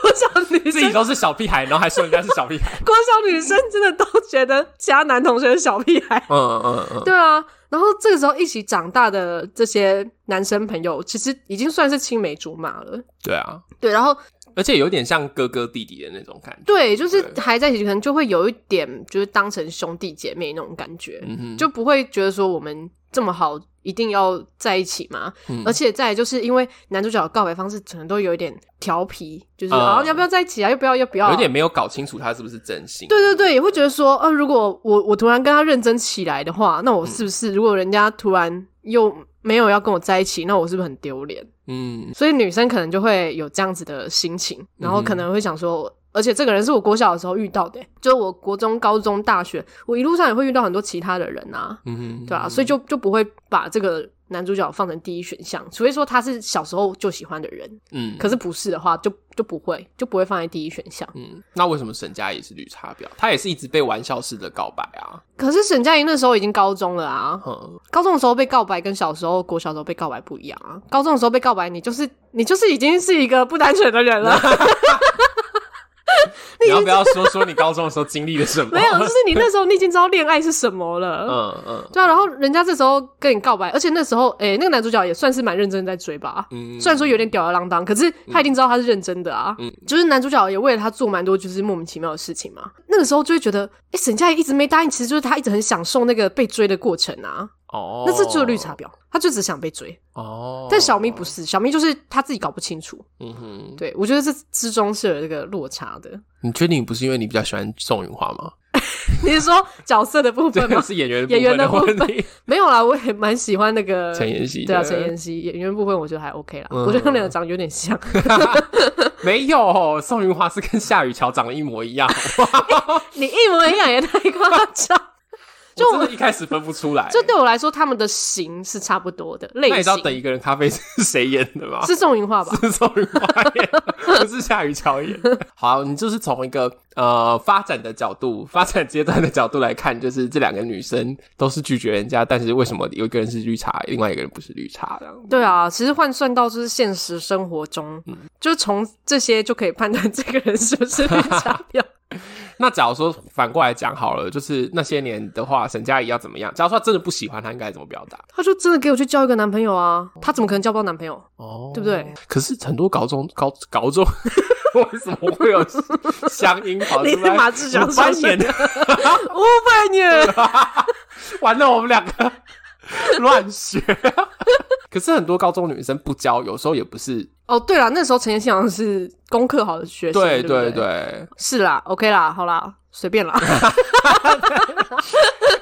Speaker 1: 国小女
Speaker 2: 自己
Speaker 1: 生，
Speaker 2: 都是小屁孩，然后还说人家是小屁
Speaker 1: [laughs]
Speaker 2: 孩。
Speaker 1: 国小女生真的都觉得其他男同学是小屁孩。
Speaker 2: 嗯嗯嗯，
Speaker 1: 对啊，然后这个时候一起长大的这些男生朋友，其实已经算是青梅竹马了。
Speaker 2: 对啊，
Speaker 1: 对，然后
Speaker 2: 而且有点像哥哥弟弟的那种感觉。
Speaker 1: 对，就是
Speaker 2: 对
Speaker 1: 还在一起，可能就会有一点就是当成兄弟姐妹那种感觉。
Speaker 2: 嗯哼，
Speaker 1: 就不会觉得说我们这么好一定要在一起嘛。
Speaker 2: 嗯
Speaker 1: 而且再来就是因为男主角的告白方式可能都有一点调皮，就是
Speaker 2: 嗯
Speaker 1: 啊、要不要在一起啊，要不要要不要、啊，
Speaker 2: 有点没有搞清楚他是不是真心。
Speaker 1: 对对对，也会觉得说，呃，如果我我突然跟他认真起来的话，那我是不
Speaker 2: 嗯
Speaker 1: 是、如果人家突然又没有要跟我在一起，那我是不是很丢脸？
Speaker 2: 嗯，
Speaker 1: 所以女生可能就会有这样子的心情，然后
Speaker 2: 嗯哼
Speaker 1: 可能会想说，而且这个人是我国小的时候遇到的、就是我国中、高中、大学，我一路上也会遇到很多其他的人啊。
Speaker 2: 嗯哼，
Speaker 1: 对啊，所以就就不会把这个男主角放成第一选项，除非说他是小时候就喜欢的人，
Speaker 2: 嗯，
Speaker 1: 可是不是的话，就就不会就不会放在第一选项。
Speaker 2: 嗯，那为什么沈佳宜是绿茶婊？她也是一直被玩笑式的告白啊。嗯
Speaker 1: 可是沈佳宜那时候已经高中了啊，
Speaker 2: 哼，
Speaker 1: 高中的时候被告白跟小时候国小的时候被告白不一样啊，高中的时候被告白，你就是你就是已经是一个不单纯的人了，
Speaker 2: 你要不要说说你高中的时候经历了什
Speaker 1: [laughs] [laughs]
Speaker 2: 么？
Speaker 1: 没有，就是你那时候你已经知道恋爱是什么 [laughs] 了。
Speaker 2: 嗯嗯
Speaker 1: 对啊，然后人家这时候跟你告白，而且那时候，诶、那个男主角也算是蛮认真在追吧，
Speaker 2: 嗯，
Speaker 1: 虽然说有点吊儿郎当，可是他一定知道他是认真的啊。
Speaker 2: 嗯
Speaker 1: 就是男主角也为了他做蛮多就是莫名其妙的事情嘛。那个时候就会觉得，哎、沈佳宜一直没答应，其实就是他一直很享受那个被追的过程啊。
Speaker 2: 哦，
Speaker 1: 那这就是绿茶婊，他就只想被追。
Speaker 2: 哦，
Speaker 1: 但小咪不
Speaker 2: 是，
Speaker 1: 是，小咪就是他自己搞不清楚。
Speaker 2: 嗯哼，
Speaker 1: 对我觉得这之中是有这个落差的。 [laughs]
Speaker 2: 你确定不是因为你比较喜欢宋云华吗？
Speaker 1: 你是说角色的部
Speaker 2: 这
Speaker 1: 分
Speaker 2: 个
Speaker 1: 吗？
Speaker 2: 啊是演员
Speaker 1: 啊演员
Speaker 2: 的
Speaker 1: 的部
Speaker 2: 问
Speaker 1: 分
Speaker 2: 题，
Speaker 1: 没有啦，我也蛮喜欢那个
Speaker 2: 陈妍希
Speaker 1: 对啊，
Speaker 2: 的
Speaker 1: 陈妍希演员部分我觉得还 OK 啦，
Speaker 2: 嗯
Speaker 1: 我觉得他们两个长得有点像。
Speaker 2: [laughs]
Speaker 1: [laughs]
Speaker 2: 没有，宋云华是跟夏雨乔长得一模一样，
Speaker 1: 你一模一样也太夸张。 [laughs] 就
Speaker 2: 我真的一开始分不出来。
Speaker 1: 这对我来说，他们的型是差不多的类
Speaker 2: 那你知道等
Speaker 1: 型。
Speaker 2: 一个人咖啡是谁演的吗？
Speaker 1: 是宋云画吧？
Speaker 2: [laughs] 是宋雨华演，不是夏雨乔 [laughs] 演。好，你就是从一个呃发展的角度、发展阶段的角度来看，就是这两个女生都是拒绝人家，但是为什么有一个人是绿茶，另外一个人不是绿茶？这样子
Speaker 1: 对啊，其实换算到就是现实生活中，
Speaker 2: 嗯
Speaker 1: 就是从这些就可以判断这个人是不是 [laughs] 绿茶婊。
Speaker 2: 那假如说反过来讲好了，就是那些年的话，沈佳宜要怎么样？假如说她真的不喜欢他，应该怎么表达？
Speaker 1: 他就真的给我去交一个男朋友啊，他怎么可能交不到男朋友？
Speaker 2: 哦
Speaker 1: 对不对？
Speaker 2: 可是很多高中高高中。 [laughs] 为什么会 [laughs] 有乡音跑
Speaker 1: 你
Speaker 2: 出
Speaker 1: 是
Speaker 2: 来？
Speaker 1: 马志祥
Speaker 2: 五
Speaker 1: 上
Speaker 2: 班
Speaker 1: 身
Speaker 2: 演的，
Speaker 1: 五百年，
Speaker 2: 完了，我们两个乱学。可是很多高中女生不教，有时候也不是。
Speaker 1: 哦，对了，那时候陈妍希好像是功课好的学生，
Speaker 2: 对
Speaker 1: 对
Speaker 2: 对
Speaker 1: 不
Speaker 2: 对
Speaker 1: 对，，是啦，OK 啦，好啦，随便
Speaker 2: [laughs]
Speaker 1: 啦，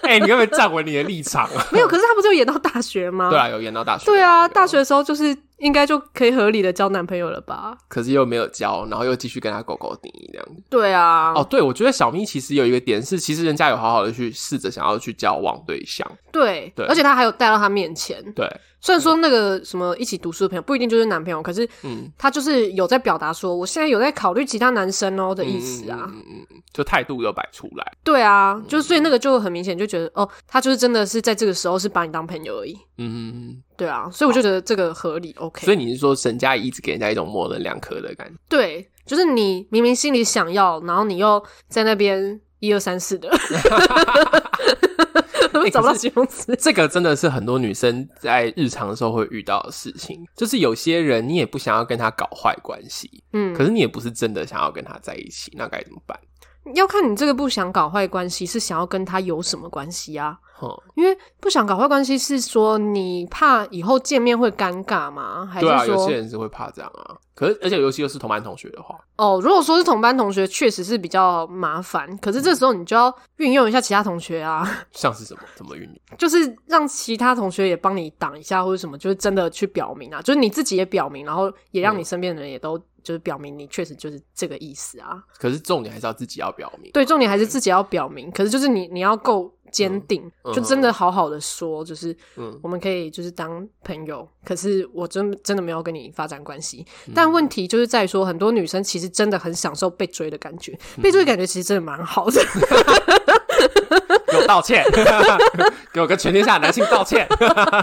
Speaker 2: 哎、你有没有站稳你的立场啊？
Speaker 1: 没有，可是他不是有演到大学吗？
Speaker 2: 对啊，有演到大学。
Speaker 1: 对啊，
Speaker 2: 有
Speaker 1: 大学的时候就是应该就可以合理的交男朋友了吧？
Speaker 2: 可是又没有教，然后又继续跟他狗狗顶这样子。
Speaker 1: 对啊，
Speaker 2: 哦，对，我觉得小咪其实有一个点是，其实人家有好好的去试着想要去交往对象。
Speaker 1: 对，
Speaker 2: 对
Speaker 1: 而且他还有带到他面前。
Speaker 2: 对，
Speaker 1: 虽然说那个什么一起读书的朋友不一定就是男朋友，可是
Speaker 2: 嗯，
Speaker 1: 他就是有在表达说，我现在有在考虑其他男生哦的意思啊。
Speaker 2: 嗯嗯嗯嗯，就态度又摆出来。
Speaker 1: 对啊，就所以那个就很明显就觉得，哦，他就是真的是在这个时候是把你当朋友而已。
Speaker 2: 嗯，
Speaker 1: 对啊，所以我就觉得这个合理，OK。
Speaker 2: 所以你是说沈佳宜一直给人家一种模棱两可的感觉？
Speaker 1: 对，就是你明明心里想要，然后你又在那边一二三四
Speaker 2: [laughs] 哎
Speaker 1: 的， [laughs] 找不到形容词。
Speaker 2: 这个真的是很多女生在日常的时候会遇到的事情，就是有些人你也不想要跟他搞坏关系，
Speaker 1: 嗯，
Speaker 2: 可是你也不是真的想要跟他在一起，那该怎么办？
Speaker 1: 要看你这个不想搞坏关系是想要跟他有什么关系啊？
Speaker 2: 哼，
Speaker 1: 因为不想搞坏关系是说你怕以后见面会尴尬吗？还是
Speaker 2: 对啊，有
Speaker 1: 说、
Speaker 2: 些人是会怕这样啊。可是，而且尤其又是同班同学的话，
Speaker 1: 哦，如果说是同班同学，确实是比较麻烦。可是这时候你就要运用一下其他同学啊，
Speaker 2: 像是什么怎么运用？
Speaker 1: 就是让其他同学也帮你挡一下或者什么，就是真的去表明啊，就是你自己也表明，然后也
Speaker 2: 嗯
Speaker 1: 让你身边的人也都就是表明你确实就是这个意思啊。
Speaker 2: 可是重点还是要自己要表明。
Speaker 1: 对，重点还是自己要表明，可是就是你你要够坚定，
Speaker 2: 嗯
Speaker 1: 就真的好好的说，就是
Speaker 2: 嗯
Speaker 1: 我们可以就是当朋友，可是我真真的没有跟你发展关系。
Speaker 2: 嗯
Speaker 1: 但问题就是在于说，很多女生其实真的很享受被追的感觉，
Speaker 2: 嗯
Speaker 1: 被追的感觉其实真的蛮好的。 [laughs]
Speaker 2: 给我道歉，给我跟全天下的男性道
Speaker 1: [laughs]
Speaker 2: 歉。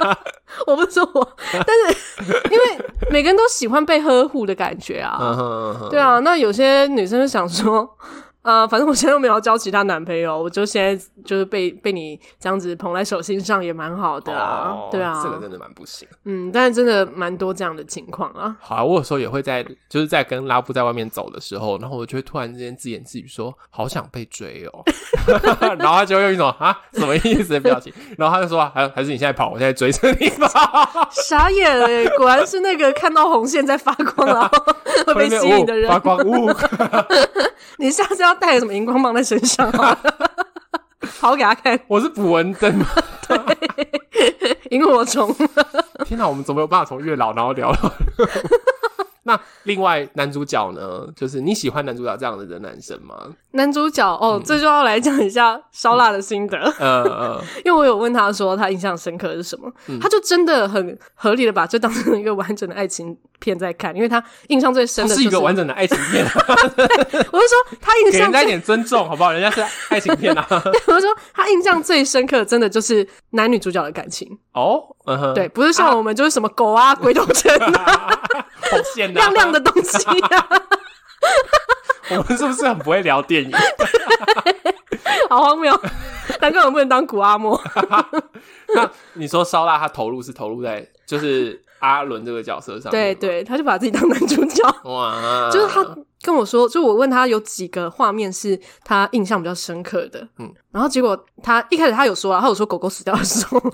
Speaker 2: [laughs]
Speaker 1: 我不说我，但是 [laughs] 因为每个人都喜欢被呵护的感觉啊，
Speaker 2: 嗯哼嗯哼
Speaker 1: 对啊，那有些女生就想说，啊、反正我现在又没有交其他男朋友，我就现在就是被被你这样子捧在手心上也蛮好的啊，
Speaker 2: 哦
Speaker 1: 对啊，
Speaker 2: 这个真的蛮不行。
Speaker 1: 嗯，但是真的蛮多这样的情况啊，
Speaker 2: 好啊，我有时候也会在，就是在跟拉布在外面走的时候，然后我就会突然之间自言自语说：“好想被追哦。” [laughs] 然后他就会用一种啊什么意思的表情，然后他就说：“啊还还是你现在跑，我现在追着你跑。
Speaker 1: 傻眼了耶，果然是那个看到红线在发光然
Speaker 2: [laughs]
Speaker 1: 后会”被吸引的人
Speaker 2: 哦发。光雾，
Speaker 1: 你下次要带什么荧光棒在身上啊？ [laughs] 好给他看
Speaker 2: 我是捕蚊灯吗？
Speaker 1: 萤火虫， [laughs]
Speaker 2: 天哪，我们怎么有办法从月老然后聊到？ [laughs] 那另外男主角呢？就是你喜欢男主角这样的男生吗？
Speaker 1: 男主角
Speaker 2: 嗯
Speaker 1: 哦，这就要来讲一下烧腊的心得。
Speaker 2: 呃呃，
Speaker 1: 因为我有问他说他印象深刻的是什么，
Speaker 2: 嗯
Speaker 1: 他就真的很合理的把这当成一个完整的爱情片在看，因为他印象最深
Speaker 2: 它
Speaker 1: 的、就是
Speaker 2: 哦一个完整的爱情片，啊
Speaker 1: [laughs] 我就说他印
Speaker 2: 给人
Speaker 1: 象
Speaker 2: 家一
Speaker 1: 最，
Speaker 2: 点尊重好不好？人家是爱情片啊。
Speaker 1: 我就说他印象最深刻的真的就是男女主角的感情，
Speaker 2: 哦，嗯哼，
Speaker 1: 对，不是像我们就是什么狗啊、鬼斗
Speaker 2: [laughs]
Speaker 1: 争啊、
Speaker 2: 好啊贱
Speaker 1: [laughs]
Speaker 2: 的、
Speaker 1: 亮亮的东西啊，
Speaker 2: 我们是不是很不会聊
Speaker 1: [laughs]
Speaker 2: 电影？
Speaker 1: 好荒谬， [laughs] 难怪我不能当古阿
Speaker 2: 啊
Speaker 1: 莫。
Speaker 2: 那你说烧腊他投入是投入在就是阿伦这个角色上
Speaker 1: 对
Speaker 2: 面吗，
Speaker 1: 对，他就把自己当男主角。
Speaker 2: 哇，
Speaker 1: 就是他跟我说，就我问他有几个画面是他印象比较深刻的，嗯
Speaker 2: 嗯，
Speaker 1: 然后结果他一开始他有说啊，他有说狗狗死掉的时候， [laughs]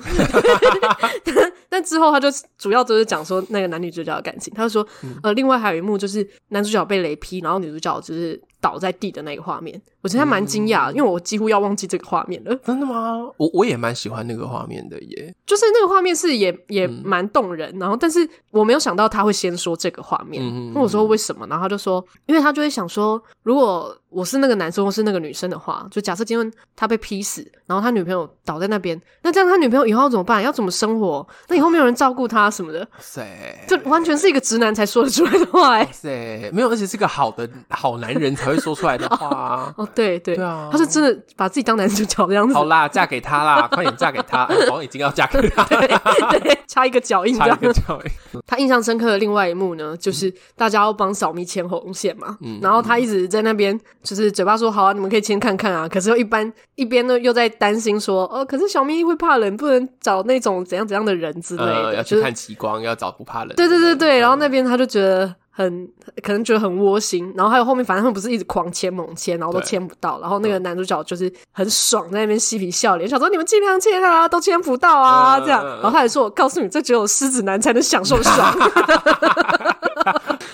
Speaker 1: 但但之后他就主要都是讲说那个男女主角的感情，他就说、呃，另外还有一幕就是男主角被雷劈，然后女主角就是倒在地的那个画面，我觉得还蛮惊讶的，因为我几乎要忘记这个画面了，
Speaker 2: 真的吗？我我也蛮喜欢那个画面的耶。
Speaker 1: 就是那个画面是也也
Speaker 2: 嗯
Speaker 1: 蛮动人，然后但是我没有想到他会先说这个画面，
Speaker 2: 嗯
Speaker 1: 那我说为什么？然后他就说，因为他就会想说，如果我是那个男生或是那个女生的话，就假设今天他被劈死，然后他女朋友倒在那边，那这样他女朋友以后要怎么办？要怎么生活？那以后没有人照顾他什么
Speaker 2: 嗯
Speaker 1: 的，
Speaker 2: 塞
Speaker 1: 这完全是一个直男才说得出来的话、
Speaker 2: [laughs]
Speaker 1: 欸。
Speaker 2: 塞，没有，而且是个好的好男人才会说出来
Speaker 1: [laughs]
Speaker 2: 的话啊。
Speaker 1: 哦，对对，
Speaker 2: 对啊
Speaker 1: 他是真的把自己当男主角的样子
Speaker 2: 好，啦，嫁给
Speaker 1: [laughs]
Speaker 2: 他啦，快点嫁给他，哎好像已经要嫁给他了，
Speaker 1: 对，插一个脚印这
Speaker 2: 差一
Speaker 1: 样。[laughs]
Speaker 2: 个教育。
Speaker 1: 他印象深刻的另外一幕呢，就是大家要帮扫咪牵红线嘛，
Speaker 2: 嗯
Speaker 1: 然后他一直在那边就是嘴巴说好啊，你们可以牵看看啊，可是又一般一边呢又在担心说哦，可是小咪会怕冷，不能找那种怎样怎样的人之类的，
Speaker 2: 呃，要
Speaker 1: 就
Speaker 2: 去
Speaker 1: 是
Speaker 2: 看极光，要找不怕冷。
Speaker 1: 对对对对，然后那边他就觉得很可能觉得很窝心，然后还有后面反正他们不是一直狂牵猛牵，然后都
Speaker 2: 对
Speaker 1: 牵不到，然后那个男主角就是很爽在那边嬉皮笑脸，想说你们尽量牵啊，都牵不到啊、
Speaker 2: 嗯
Speaker 1: 这样，
Speaker 2: 嗯嗯
Speaker 1: 然后他还说我告诉你，这只有狮子男才能享受爽，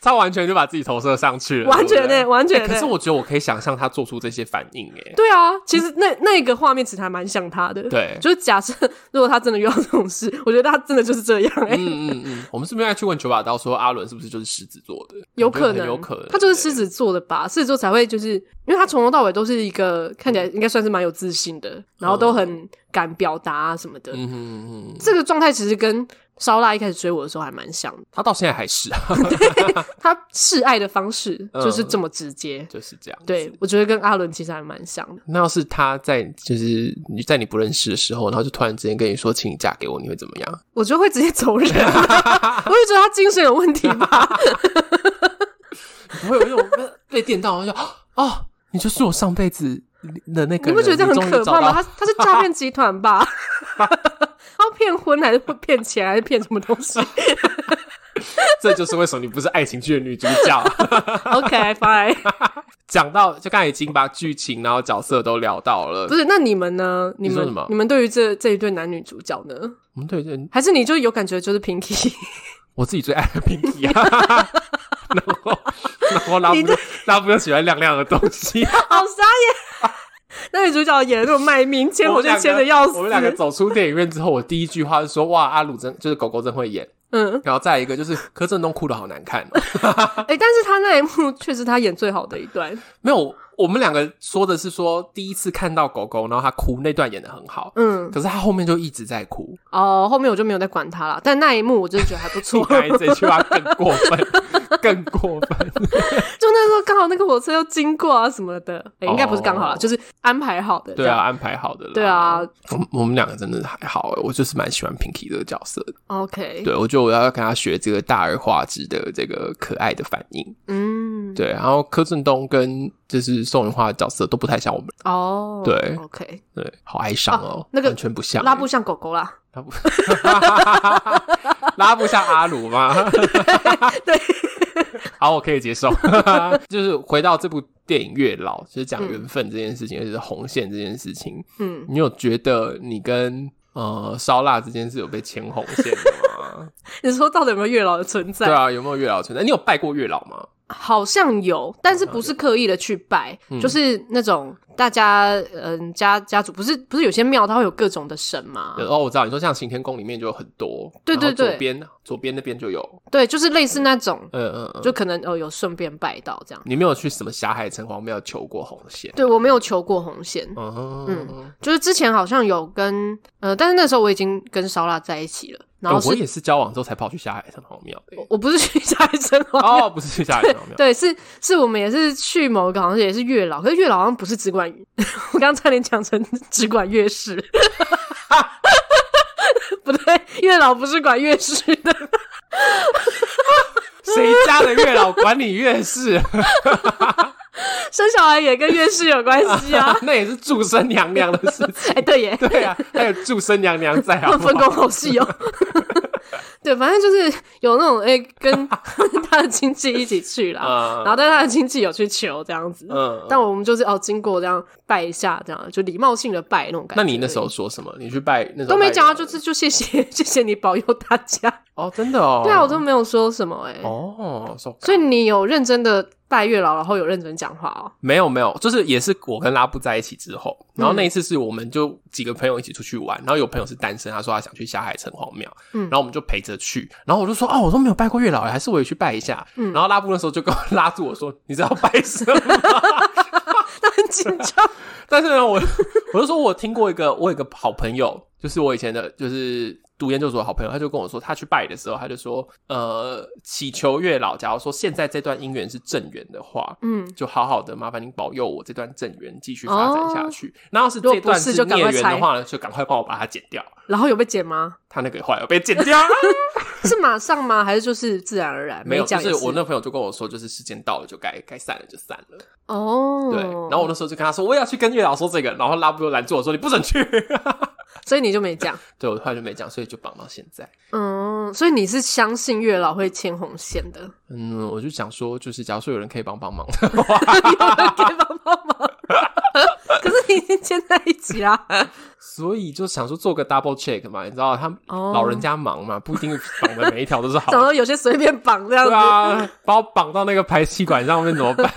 Speaker 2: 他完全就把自己投射上去了，
Speaker 1: 完全
Speaker 2: 对不对
Speaker 1: 呢，完全
Speaker 2: 欸
Speaker 1: 呢
Speaker 2: 可。是我觉得我可以想象他做出这些反应，哎，
Speaker 1: 对啊，其实那那个画面其实还蛮像他的。
Speaker 2: [laughs] 对
Speaker 1: 就是假设 [laughs] 如果他真的遇到这种事， [laughs] 我觉得他真的就是这样哎、
Speaker 2: 嗯嗯嗯，我们是不是应该去问九把刀说阿伦是不是就是狮子座的？
Speaker 1: [laughs] [laughs] 有
Speaker 2: 感觉
Speaker 1: 可
Speaker 2: 很
Speaker 1: 能，
Speaker 2: 有可能，
Speaker 1: 他就是狮子座的吧？狮子座才会就是，因为他从头到尾都是一个看
Speaker 2: 嗯
Speaker 1: 起来应该算是蛮有自信的，然后都很敢表达啊什么的。
Speaker 2: 嗯嗯嗯，
Speaker 1: 这个状态其实跟烧腊一开始追我的时候还蛮像的，
Speaker 2: 他到现在还是啊，
Speaker 1: 他示爱的方式
Speaker 2: 嗯
Speaker 1: 就是这么直接。
Speaker 2: 就是这样。
Speaker 1: 对，我觉得跟阿伦其实还蛮像的。
Speaker 2: 那要是他在就是你在你不认识的时候，然后就突然之间跟你说请你嫁给我，你会怎么
Speaker 1: [laughs]
Speaker 2: 样？
Speaker 1: 我觉得会直接走人， [laughs] 我就觉得他精神有问题吧。
Speaker 2: 不会有一种 [laughs] 被被电到，然后就哦，你就是我上辈子的那个人，
Speaker 1: 你不觉得这样很可怕吗？他
Speaker 2: 他
Speaker 1: 他是诈骗集团
Speaker 2: [laughs]
Speaker 1: 吧？ [laughs] 他骗婚还是骗钱还是骗什么东
Speaker 2: [laughs]
Speaker 1: 西
Speaker 2: 这就是为什么你不是爱情剧的女主角。 [laughs]
Speaker 1: ？OK，fine。
Speaker 2: 讲到就刚才已经把剧情然后角色都聊到了，
Speaker 1: 不是，那你们呢？你
Speaker 2: 你说
Speaker 1: 们
Speaker 2: 什么
Speaker 1: 你们对于这这一对男女主角呢？
Speaker 2: 我们嗯对对，
Speaker 1: 还是你就有感觉就是
Speaker 2: [laughs]
Speaker 1: Pinky？
Speaker 2: 我自己最爱的 Pinky 啊， [laughs] 然后然后拉
Speaker 1: 你
Speaker 2: 布拉布又喜欢亮亮的东
Speaker 1: [laughs]
Speaker 2: 西，
Speaker 1: 好傻眼！男女主角 [laughs] 演的那种卖命，牵
Speaker 2: 我
Speaker 1: 火
Speaker 2: 们两
Speaker 1: 就牵
Speaker 2: 个
Speaker 1: 的要死。
Speaker 2: 我们两个走出电影院之后，我第一句话是说：“哇，阿鲁真就是狗狗真会演。”
Speaker 1: 嗯，
Speaker 2: 然后再一个就是柯震东哭的好难看、哦，
Speaker 1: 哎、但是他那一幕却是他演最好的一段。
Speaker 2: 没有。我们两个说的是说第一次看到狗狗，然后他哭那段演的很好，
Speaker 1: 嗯，
Speaker 2: 可是他后面就一直在哭。
Speaker 1: 哦，后面我就没有再管他了。但那一幕我真的觉得还不错
Speaker 2: [laughs] 你。看这句话更过
Speaker 1: [laughs]
Speaker 2: 分，更过分。
Speaker 1: 就那时候刚好那个火车要经过啊什么的，哎，应该不是刚好啦，
Speaker 2: 哦
Speaker 1: 就是安排好的。
Speaker 2: 对啊，，安排好的啦。
Speaker 1: 对啊
Speaker 2: 我们，我们两个真的还好欸，我就是蛮喜欢 Pinky 这个角色的。
Speaker 1: ，OK，
Speaker 2: 对，我觉得我要跟他学这个大而化之的这个可爱的反应。
Speaker 1: 嗯，
Speaker 2: 对，然后柯震东跟就是宋元化的角色都不太像我们，
Speaker 1: 哦，
Speaker 2: 对
Speaker 1: ，OK，
Speaker 2: 对，好哀伤哦，
Speaker 1: 那个
Speaker 2: 完全不像欸、
Speaker 1: 拉布像狗狗啦，
Speaker 2: 拉布拉布像阿鲁吗？
Speaker 1: [laughs] 对，
Speaker 2: [laughs] 好，我可以接受。就是回到这部电影《月老》，就是讲缘分这件事情，而且是红线这件事情。
Speaker 1: 嗯，
Speaker 2: 你有觉得你跟呃烧腊这件事有被牵红线的
Speaker 1: [laughs]
Speaker 2: 吗？
Speaker 1: 你说到底有没有月老的存在？
Speaker 2: 对啊，有没有月老存在？你有拜过月老吗？
Speaker 1: 好像有，但是不是刻意的去拜，
Speaker 2: 嗯
Speaker 1: 就是那种大家嗯家家族不是不是有些庙它会有各种的神嘛？
Speaker 2: 哦，我知道，你说像行天宫里面就有很多，
Speaker 1: 嗯对对
Speaker 2: 然后左
Speaker 1: 对
Speaker 2: 边左边那边就有，
Speaker 1: 对，就是类似那种，
Speaker 2: 嗯嗯嗯，
Speaker 1: 就可能哦有顺便拜到这样。
Speaker 2: 你没有去什么霞海城隍庙求过红线？
Speaker 1: 对我没有求过红线，
Speaker 2: 嗯
Speaker 1: 嗯就是之前好像有跟呃，但是那时候我已经跟烧腊在一起了，然后
Speaker 2: 哦
Speaker 1: 是、哦
Speaker 2: 我也是交往之后才跑去霞海城隍庙的。
Speaker 1: 我不是去下一生活。
Speaker 2: [laughs] 哦，不是去霞海城隍庙，
Speaker 1: 对，是是我们也是去某个好像也是月老，可是月老好像不是只管， [laughs] 我刚刚差点讲成只管月事， [laughs] 不对，月老不是管月事的，
Speaker 2: 谁家的月老管你
Speaker 1: [laughs]
Speaker 2: 月事？
Speaker 1: 生小孩也跟月事有关系
Speaker 2: [laughs]。
Speaker 1: 啊
Speaker 2: 那也是祝生娘娘的事
Speaker 1: [laughs]
Speaker 2: 情。
Speaker 1: 哎、对耶，
Speaker 2: 对啊，还有祝生娘娘在啊。
Speaker 1: 分工好细哦。 [laughs] 对，反正就是有那种哎、跟 [laughs] 他的亲戚一起去啦，
Speaker 2: 嗯
Speaker 1: 然后但他的亲戚有去求这样子，
Speaker 2: 嗯，
Speaker 1: 但我们就是哦经过这样拜一下，这样就礼貌性的拜那种感觉
Speaker 2: 那
Speaker 1: 而已。
Speaker 2: 你那时候说什么？你去拜那时候
Speaker 1: 都没讲啊，
Speaker 2: 到，
Speaker 1: 就是就谢谢 [laughs] 谢谢你保佑大家。
Speaker 2: 哦，真的哦。
Speaker 1: 对啊，我都没有说什么哎、
Speaker 2: 哦，so-
Speaker 1: 所以你有认真的拜月老，然后有认真讲话哦。 [laughs]
Speaker 2: 没有没有，就是也是我跟拉布在一起之后，
Speaker 1: 嗯
Speaker 2: 然后那一次是我们就几个朋友一起出去玩，然后有朋友是单身，他啊说他想去霞海城隍庙，
Speaker 1: 嗯
Speaker 2: 然后我们就陪着去，然后我就说哦，我都没有拜过月老，还是我也去拜一下，
Speaker 1: 嗯
Speaker 2: 然后拉布那时候就跟我拉住我说，你知道拜什么？
Speaker 1: 他很紧张，
Speaker 2: 但是呢，我 [laughs] 我就说我听过一个，我有一个好朋友，就是我以前的，就是读研究所的好朋友，他就跟我说，他去拜的时候，他就说，呃，祈求月老，假如说现在这段姻缘是正缘的话，
Speaker 1: 嗯，
Speaker 2: 就好好的，麻烦您保佑我这段正缘继续发展下去。那要是
Speaker 1: 哦如果
Speaker 2: 这段
Speaker 1: 不是
Speaker 2: 是
Speaker 1: 就赶
Speaker 2: 孽
Speaker 1: 快
Speaker 2: 缘
Speaker 1: 拆
Speaker 2: 的话呢，就赶快帮我把它剪掉。
Speaker 1: 然后有被剪吗？ [laughs]
Speaker 2: 他那个话有被剪掉，啊
Speaker 1: 是马上吗？还是就是自然而然？
Speaker 2: 没有，就
Speaker 1: 讲也
Speaker 2: 是我那朋友就跟我说，就是时间到了，就该该散了，就散了。
Speaker 1: 哦，
Speaker 2: 对，然后我那时候就跟他说，我也要去跟月老说这个，然后拉布又拦住我说，你不准去。 [laughs]
Speaker 1: 所以你就没讲，
Speaker 2: 对我后来就没讲，所以就绑到现在。
Speaker 1: 嗯，所以你是相信月老会牵红线
Speaker 2: [laughs]
Speaker 1: 的，
Speaker 2: 嗯，我就想说，就是假如说有人可以帮帮忙，
Speaker 1: 有人可以帮帮忙。 [laughs] 可是你已经牵在一起啊啦，
Speaker 2: [laughs] 所以就想说做个 double check 嘛，你知道他们
Speaker 1: 哦
Speaker 2: 老人家忙嘛，不一定绑的每一条都是
Speaker 1: [laughs]
Speaker 2: 好
Speaker 1: 然
Speaker 2: 的。
Speaker 1: 后有些随便绑这样
Speaker 2: 对
Speaker 1: 子，
Speaker 2: 啊，把我绑到那个排气管上面怎么办？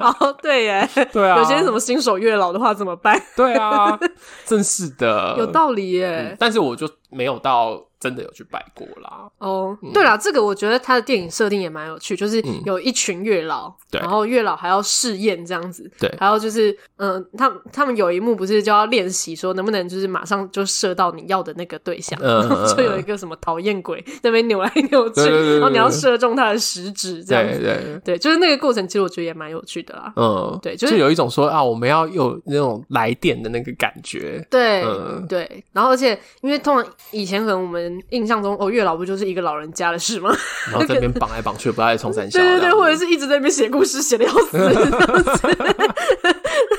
Speaker 1: 哦，对耶，
Speaker 2: 对啊，
Speaker 1: 有些什么新手月老的话怎么办？[laughs]
Speaker 2: 对啊，真是的，
Speaker 1: 有道理
Speaker 2: 嗯
Speaker 1: 耶。
Speaker 2: 但是我就没有到真的有去拜过啦。
Speaker 1: 哦，对啦，这个我觉得他的电影设定也蛮有趣，就是
Speaker 2: 嗯
Speaker 1: 有一群月老，
Speaker 2: 对
Speaker 1: 然后月老还要试验这样子，
Speaker 2: 对
Speaker 1: 还有就是，嗯、他们他们有一幕不是就要练习说能不能就是马上就射到你要的那个对象，
Speaker 2: 嗯嗯嗯
Speaker 1: [laughs]
Speaker 2: 嗯
Speaker 1: 就有一个什么讨厌鬼在那边扭来扭去，
Speaker 2: 对对对对
Speaker 1: 然后你要射中他的食指这样
Speaker 2: 对
Speaker 1: 子，
Speaker 2: 对，
Speaker 1: 对，就是那个过程，其实我觉得也蛮有趣的啦，
Speaker 2: 嗯，
Speaker 1: 对
Speaker 2: 就
Speaker 1: 就是
Speaker 2: 有一种说啊，我们要有那种来电的那个感
Speaker 1: [laughs]
Speaker 2: 觉。
Speaker 1: 对、
Speaker 2: 嗯
Speaker 1: 对，然后而且因为通常以前可能我们印象中哦，月老不就是一个老人家的事吗？
Speaker 2: 然后这边绑来绑去，不知道在冲三小。
Speaker 1: 对对对，或者
Speaker 2: 是
Speaker 1: 是一直在那边写故事，写的要死，这样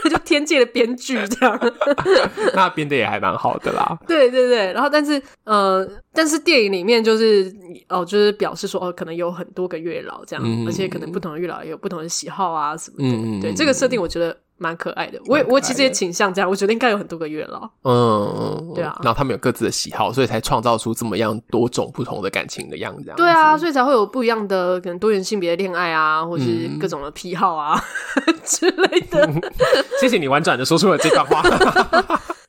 Speaker 1: 子 [laughs] 就天界的编剧这样。 [laughs]
Speaker 2: 那编的也还蛮好的啦。
Speaker 1: 对对对，然后但是呃，但是电影里面就是哦，就是表示说哦，可能有很多个月老这样，
Speaker 2: 嗯
Speaker 1: 而且可能不同的月老也有不同的喜好啊什么的。
Speaker 2: 嗯嗯
Speaker 1: 对这个设定，我觉得蛮可爱的。我也
Speaker 2: 蛮可爱的
Speaker 1: 我其实也倾向这样，我觉得应该有很多个月老。
Speaker 2: 嗯，嗯
Speaker 1: 对啊
Speaker 2: 然后他们有各自的喜好，所以才创造出这么样多种不同的感情的样子。
Speaker 1: 对啊，所以才会有不一样的可能多元性别的恋爱啊，或是
Speaker 2: 嗯
Speaker 1: 各种的癖好啊、 [laughs] 之类
Speaker 2: [laughs]
Speaker 1: 的。
Speaker 2: 谢谢你婉转的说出了这
Speaker 1: [laughs]
Speaker 2: 段话。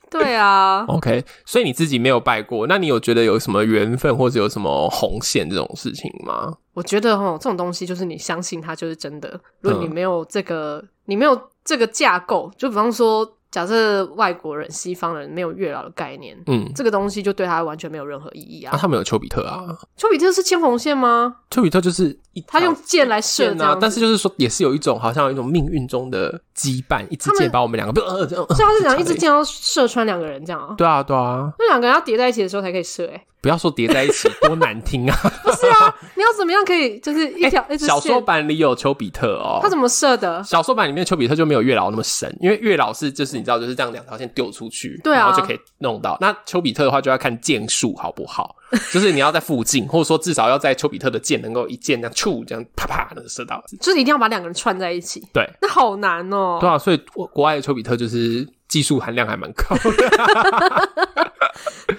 Speaker 1: 对啊，
Speaker 2: OK，所以你自己没有拜过，那你有觉得有什么缘分或者有什么红线这种事情吗？
Speaker 1: 我觉得哈，这种东西就是你相信它就是真的。如果你
Speaker 2: 嗯
Speaker 1: 没有这个，你没有这个架构，就比方说，假设外国人、西方人没有月老的概念，
Speaker 2: 嗯，
Speaker 1: 这个东西就对他完全没有任何意义
Speaker 2: 啊，
Speaker 1: 啊。
Speaker 2: 他们有丘比特啊，
Speaker 1: 丘比特是牵红线吗？
Speaker 2: 丘比特就是一
Speaker 1: 他用
Speaker 2: 条
Speaker 1: 箭来射
Speaker 2: 线
Speaker 1: 这
Speaker 2: 啊
Speaker 1: 样，，
Speaker 2: 但是就是说也是有一种好像有一种命运中的羁绊，一支
Speaker 1: 他们
Speaker 2: 箭把我们两个，呃，呃呃
Speaker 1: 所以他是讲一支
Speaker 2: 呃
Speaker 1: 箭要射穿两个人这样啊。
Speaker 2: 对啊，对啊，
Speaker 1: 那两个人要叠在一起的时候才可以射、欸，
Speaker 2: 不要说叠在一
Speaker 1: [laughs]
Speaker 2: 起，多难听啊！
Speaker 1: 不是
Speaker 2: [laughs]
Speaker 1: 啊？你要怎么样可以就是一条、一支
Speaker 2: 欸小说
Speaker 1: 线？
Speaker 2: 版里有丘比特哦，
Speaker 1: 他怎么射的？
Speaker 2: 小说版里面丘比特就没有月老那么神，因为月老是就是你知道就是这样两条线丢出去，
Speaker 1: 对啊
Speaker 2: 然后就可以弄到。那丘比特的话就要看箭术好不好，就是你要在附近，或者说至少要在丘比特的箭能够一箭这样触这样啪啪能射到。
Speaker 1: 就是一定要把两个人串在一起，
Speaker 2: 对，
Speaker 1: 那好难哦、
Speaker 2: 对啊，所以国国外的丘比特就是技术含量还蛮高的。 [laughs]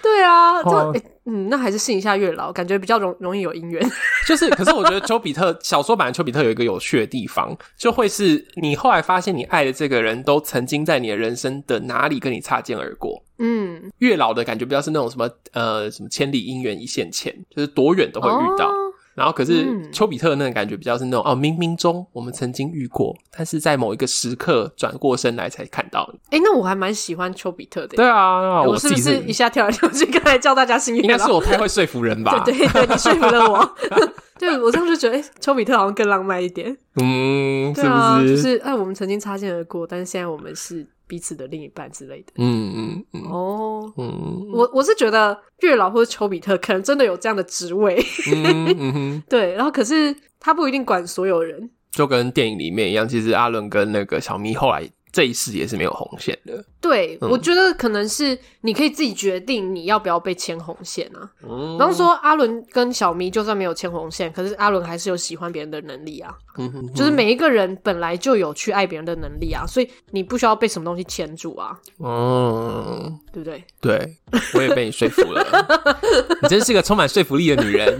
Speaker 1: 对啊，就、
Speaker 2: 哦
Speaker 1: 诶嗯，那还是信一下月老，感觉比较容容易有姻
Speaker 2: [laughs]
Speaker 1: 缘。
Speaker 2: 就是，可是我觉得丘比特小说版的丘比特有一个有趣的地方，就会是你后来发现你爱的这个人都曾经在你的人生的哪里跟你擦肩而过。
Speaker 1: 嗯，
Speaker 2: 月老的感觉比较是那种什么呃什么千里姻缘一线牵，就是多远都会遇到。
Speaker 1: 哦
Speaker 2: 然后可是
Speaker 1: 嗯
Speaker 2: 丘比特的那个感觉比较是那种哦，冥冥中我们曾经遇过，但是在某一个时刻转过身来才看到你。
Speaker 1: 诶，那我还蛮喜欢丘比特的。
Speaker 2: 对啊，那
Speaker 1: 我
Speaker 2: 我
Speaker 1: 是
Speaker 2: 自
Speaker 1: 不
Speaker 2: 己
Speaker 1: 是一下跳来跳去，刚才叫大家信
Speaker 2: 应
Speaker 1: 月
Speaker 2: 该
Speaker 1: 老？
Speaker 2: 是我太会说服人
Speaker 1: [laughs]
Speaker 2: 吧？
Speaker 1: 对对对，你说服了
Speaker 2: [laughs]
Speaker 1: 我。 [laughs] 对，我当时觉得，诶，丘比特好像更浪漫一点。
Speaker 2: 嗯，是
Speaker 1: 对啊，
Speaker 2: 不是？
Speaker 1: 就是哎，我们曾经擦肩而过，但是现在我们是彼此的另一半之类的。
Speaker 2: 嗯嗯嗯
Speaker 1: 哦，
Speaker 2: 嗯
Speaker 1: 我我是觉得月老或者丘比特可能真的有这样的职位， [laughs]
Speaker 2: 嗯嗯哼，
Speaker 1: 对。然后可是他不一定管所有人，
Speaker 2: 就跟电影里面一样，其实阿伦跟那个小咪后来这一世也是没有红线的。
Speaker 1: 对，
Speaker 2: 嗯
Speaker 1: 我觉得可能是你可以自己决定你要不要被牵红线啊。
Speaker 2: 嗯
Speaker 1: 然后说阿伦跟小咪就算没有牵红线，可是阿伦还是有喜欢别人的能力啊。
Speaker 2: 嗯哼
Speaker 1: 就是每一个人本来就有去爱别人的能力啊，所以你不需要被什么东西牵住啊，
Speaker 2: 哦。
Speaker 1: 对不对？
Speaker 2: 对，我也被你说服了，你真是个充满说服力的女人。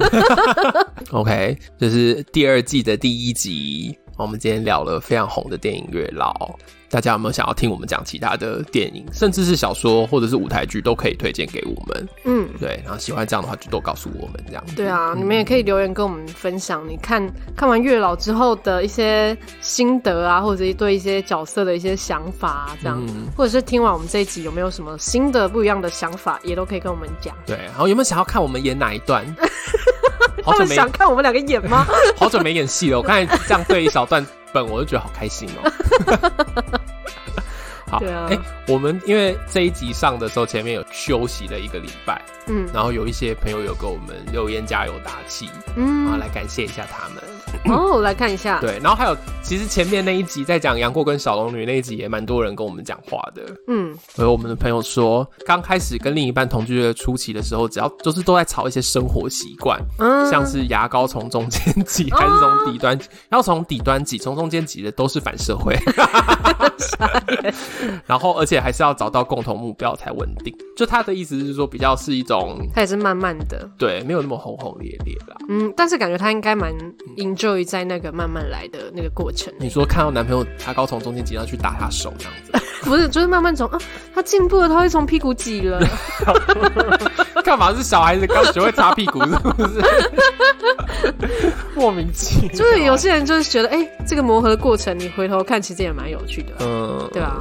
Speaker 2: OK，这是第二季的第一集，我们今天聊了非常红的电影《月老》，大家有没有想要听我们讲其他的电影，甚至是小说或者是舞台剧，都可以推荐给我们。
Speaker 1: 嗯，
Speaker 2: 对，然后喜欢这样的话，就都告诉我们这样。
Speaker 1: 对啊，你们也可以留言跟我们分享，你看看完月老之后的一些心得啊，或者是对一些角色的一些想法、啊，这样，
Speaker 2: 嗯
Speaker 1: 或者是听完我们这一集有没有什么新的不一样的想法，也都可以跟我们讲。
Speaker 2: 对，然后有没有想要看我们演哪一
Speaker 1: [laughs]
Speaker 2: 段？
Speaker 1: 他
Speaker 2: 好久
Speaker 1: 们
Speaker 2: 没
Speaker 1: 想看我们两个演
Speaker 2: [laughs]
Speaker 1: 吗？
Speaker 2: 好久没演戏了，我刚才这样对一小段本，我就觉得好开心
Speaker 1: [laughs]
Speaker 2: 哦。好，
Speaker 1: 对啊
Speaker 2: 诶我们因为这一集上的时候，前面有休息了一个礼拜，
Speaker 1: 嗯
Speaker 2: 然后有一些朋友有给我们留言加油打气，然后
Speaker 1: 嗯，
Speaker 2: 来感谢一下他们。
Speaker 1: 哦，我来看一下，
Speaker 2: 对，然后还有，其实前面那一集在讲杨过跟小龙女那一集，也蛮多人跟我们讲话的。
Speaker 1: 嗯，
Speaker 2: 有我们的朋友说，刚开始跟另一半同居的初期的时候，只要就是都在吵一些生活习惯，
Speaker 1: 嗯
Speaker 2: 像是牙膏从中间挤还是从底端，要从底端挤，从中间挤的都是反
Speaker 1: [laughs]
Speaker 2: 社会。然后，而且还是要找到共同目标才稳定。就他的意思是说，比较是一种
Speaker 1: 他也是慢慢的，
Speaker 2: 对，没有那么轰轰烈烈啦。
Speaker 1: 嗯，但是感觉他应该蛮 enjoy 在那个慢慢来的那个过
Speaker 2: [laughs]
Speaker 1: 程，
Speaker 2: 你说看到男朋友牙膏从中间挤，然后去打他手这样子，
Speaker 1: 不是，就是慢慢从啊，他进步了，他会从屁股挤
Speaker 2: [laughs]
Speaker 1: 了，
Speaker 2: 干嘛是小孩子刚学会擦屁股是
Speaker 1: [laughs]
Speaker 2: 不是？莫名其妙，
Speaker 1: 就是有些人就是觉得，哎、这个磨合的过程，你回头看其实也蛮有趣的，
Speaker 2: 嗯，
Speaker 1: 对吧、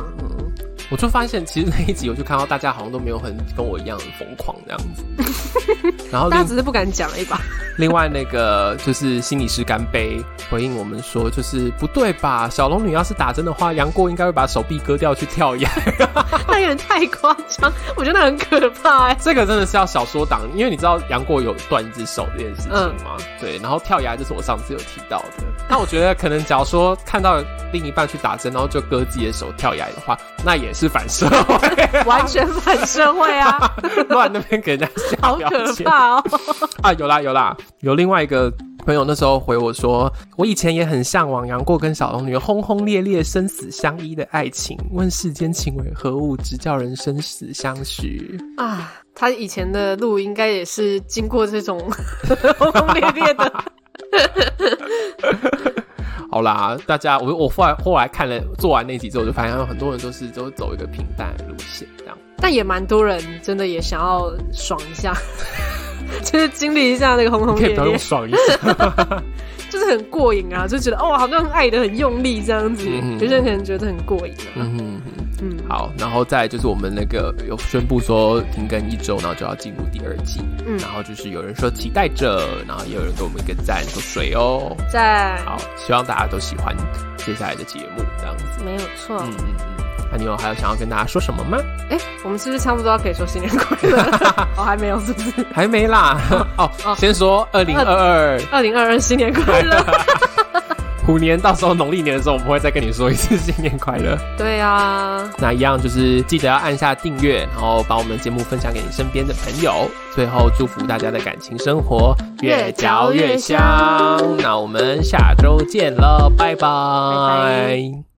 Speaker 2: 我就发现，其实那一集我就看到大家好像都没有很跟我一样很疯狂这样
Speaker 1: [laughs]
Speaker 2: 子。然后
Speaker 1: 大家
Speaker 2: 另
Speaker 1: 只是不敢讲而
Speaker 2: [laughs]
Speaker 1: 已吧？
Speaker 2: 另外那个就是心理师干杯回应我们说，就是不对吧？小龙女要是打针的话，杨过应该会把手臂割掉去跳崖。 [laughs]
Speaker 1: 那有点太夸张，我觉得很可怕
Speaker 2: [laughs]
Speaker 1: 哎、
Speaker 2: 这个真的是要小说党，因为你知道杨过有断一只手这件事
Speaker 1: 嗯
Speaker 2: 情吗？对，然后跳崖就是我上次有提到的。那我觉得可能，假如说看到另一半去打针，然后就割自己的手跳崖的话，那也是反社会， [laughs]
Speaker 1: 完全反社会啊，
Speaker 2: 乱那边给人家下
Speaker 1: 好
Speaker 2: 标
Speaker 1: 可
Speaker 2: 签
Speaker 1: 怕哦！
Speaker 2: 啊！有啦有啦，有另外一个。朋友那时候回我说：“我以前也很向往杨过跟小龙女轰轰烈烈、生死相依的爱情，问世间情为何物，直叫人生死相许。”
Speaker 1: 啊，他以前的路应该也是经过这种 [laughs] 轰轰烈烈的，
Speaker 2: 好啦，大家，我我后来后来看了做完那集之后，我就发现有哦很多人都是都走一个平淡的路线，这样。
Speaker 1: 但也蛮多人真的也想要爽一下， [laughs] 就是经历一下那个轰轰
Speaker 2: 可以
Speaker 1: 烈
Speaker 2: 不要用
Speaker 1: 烈，
Speaker 2: 爽一
Speaker 1: [laughs]
Speaker 2: 次，
Speaker 1: 就是很过瘾啊，就觉得哦，好像爱的很用力这样子，
Speaker 2: 嗯
Speaker 1: 有些人可能觉得很过瘾啊，
Speaker 2: 嗯哼哼，
Speaker 1: 嗯，
Speaker 2: 好，然后再来就是我们那个有宣布说停更一周，然后就要进入第二季，
Speaker 1: 嗯
Speaker 2: 然后就是有人说期待着，然后也有人给我们一个赞，说水哦，
Speaker 1: 在
Speaker 2: 好，希望大家都喜欢接下来的节目，这样子，
Speaker 1: 没有错，
Speaker 2: 嗯嗯嗯，那你有还有想要跟大家说什么吗？
Speaker 1: 哎、我们是不是差不多要可以说新年快乐了？哦，还没有，是不是？
Speaker 2: [laughs] 还没啦， [laughs] 哦，
Speaker 1: 哦
Speaker 2: 先说二零二二。
Speaker 1: 二零二二新年快乐！
Speaker 2: 啊虎年到时候农历年的时候，我们会再跟你说一次新年快乐。
Speaker 1: 对啊，
Speaker 2: [laughs] 那一样就是记得要按下订阅，然后把我们的节目分享给你身边的朋友。最后祝福大家的感情生活
Speaker 1: 越嚼越香
Speaker 2: 那我们下周见了，拜拜
Speaker 1: 拜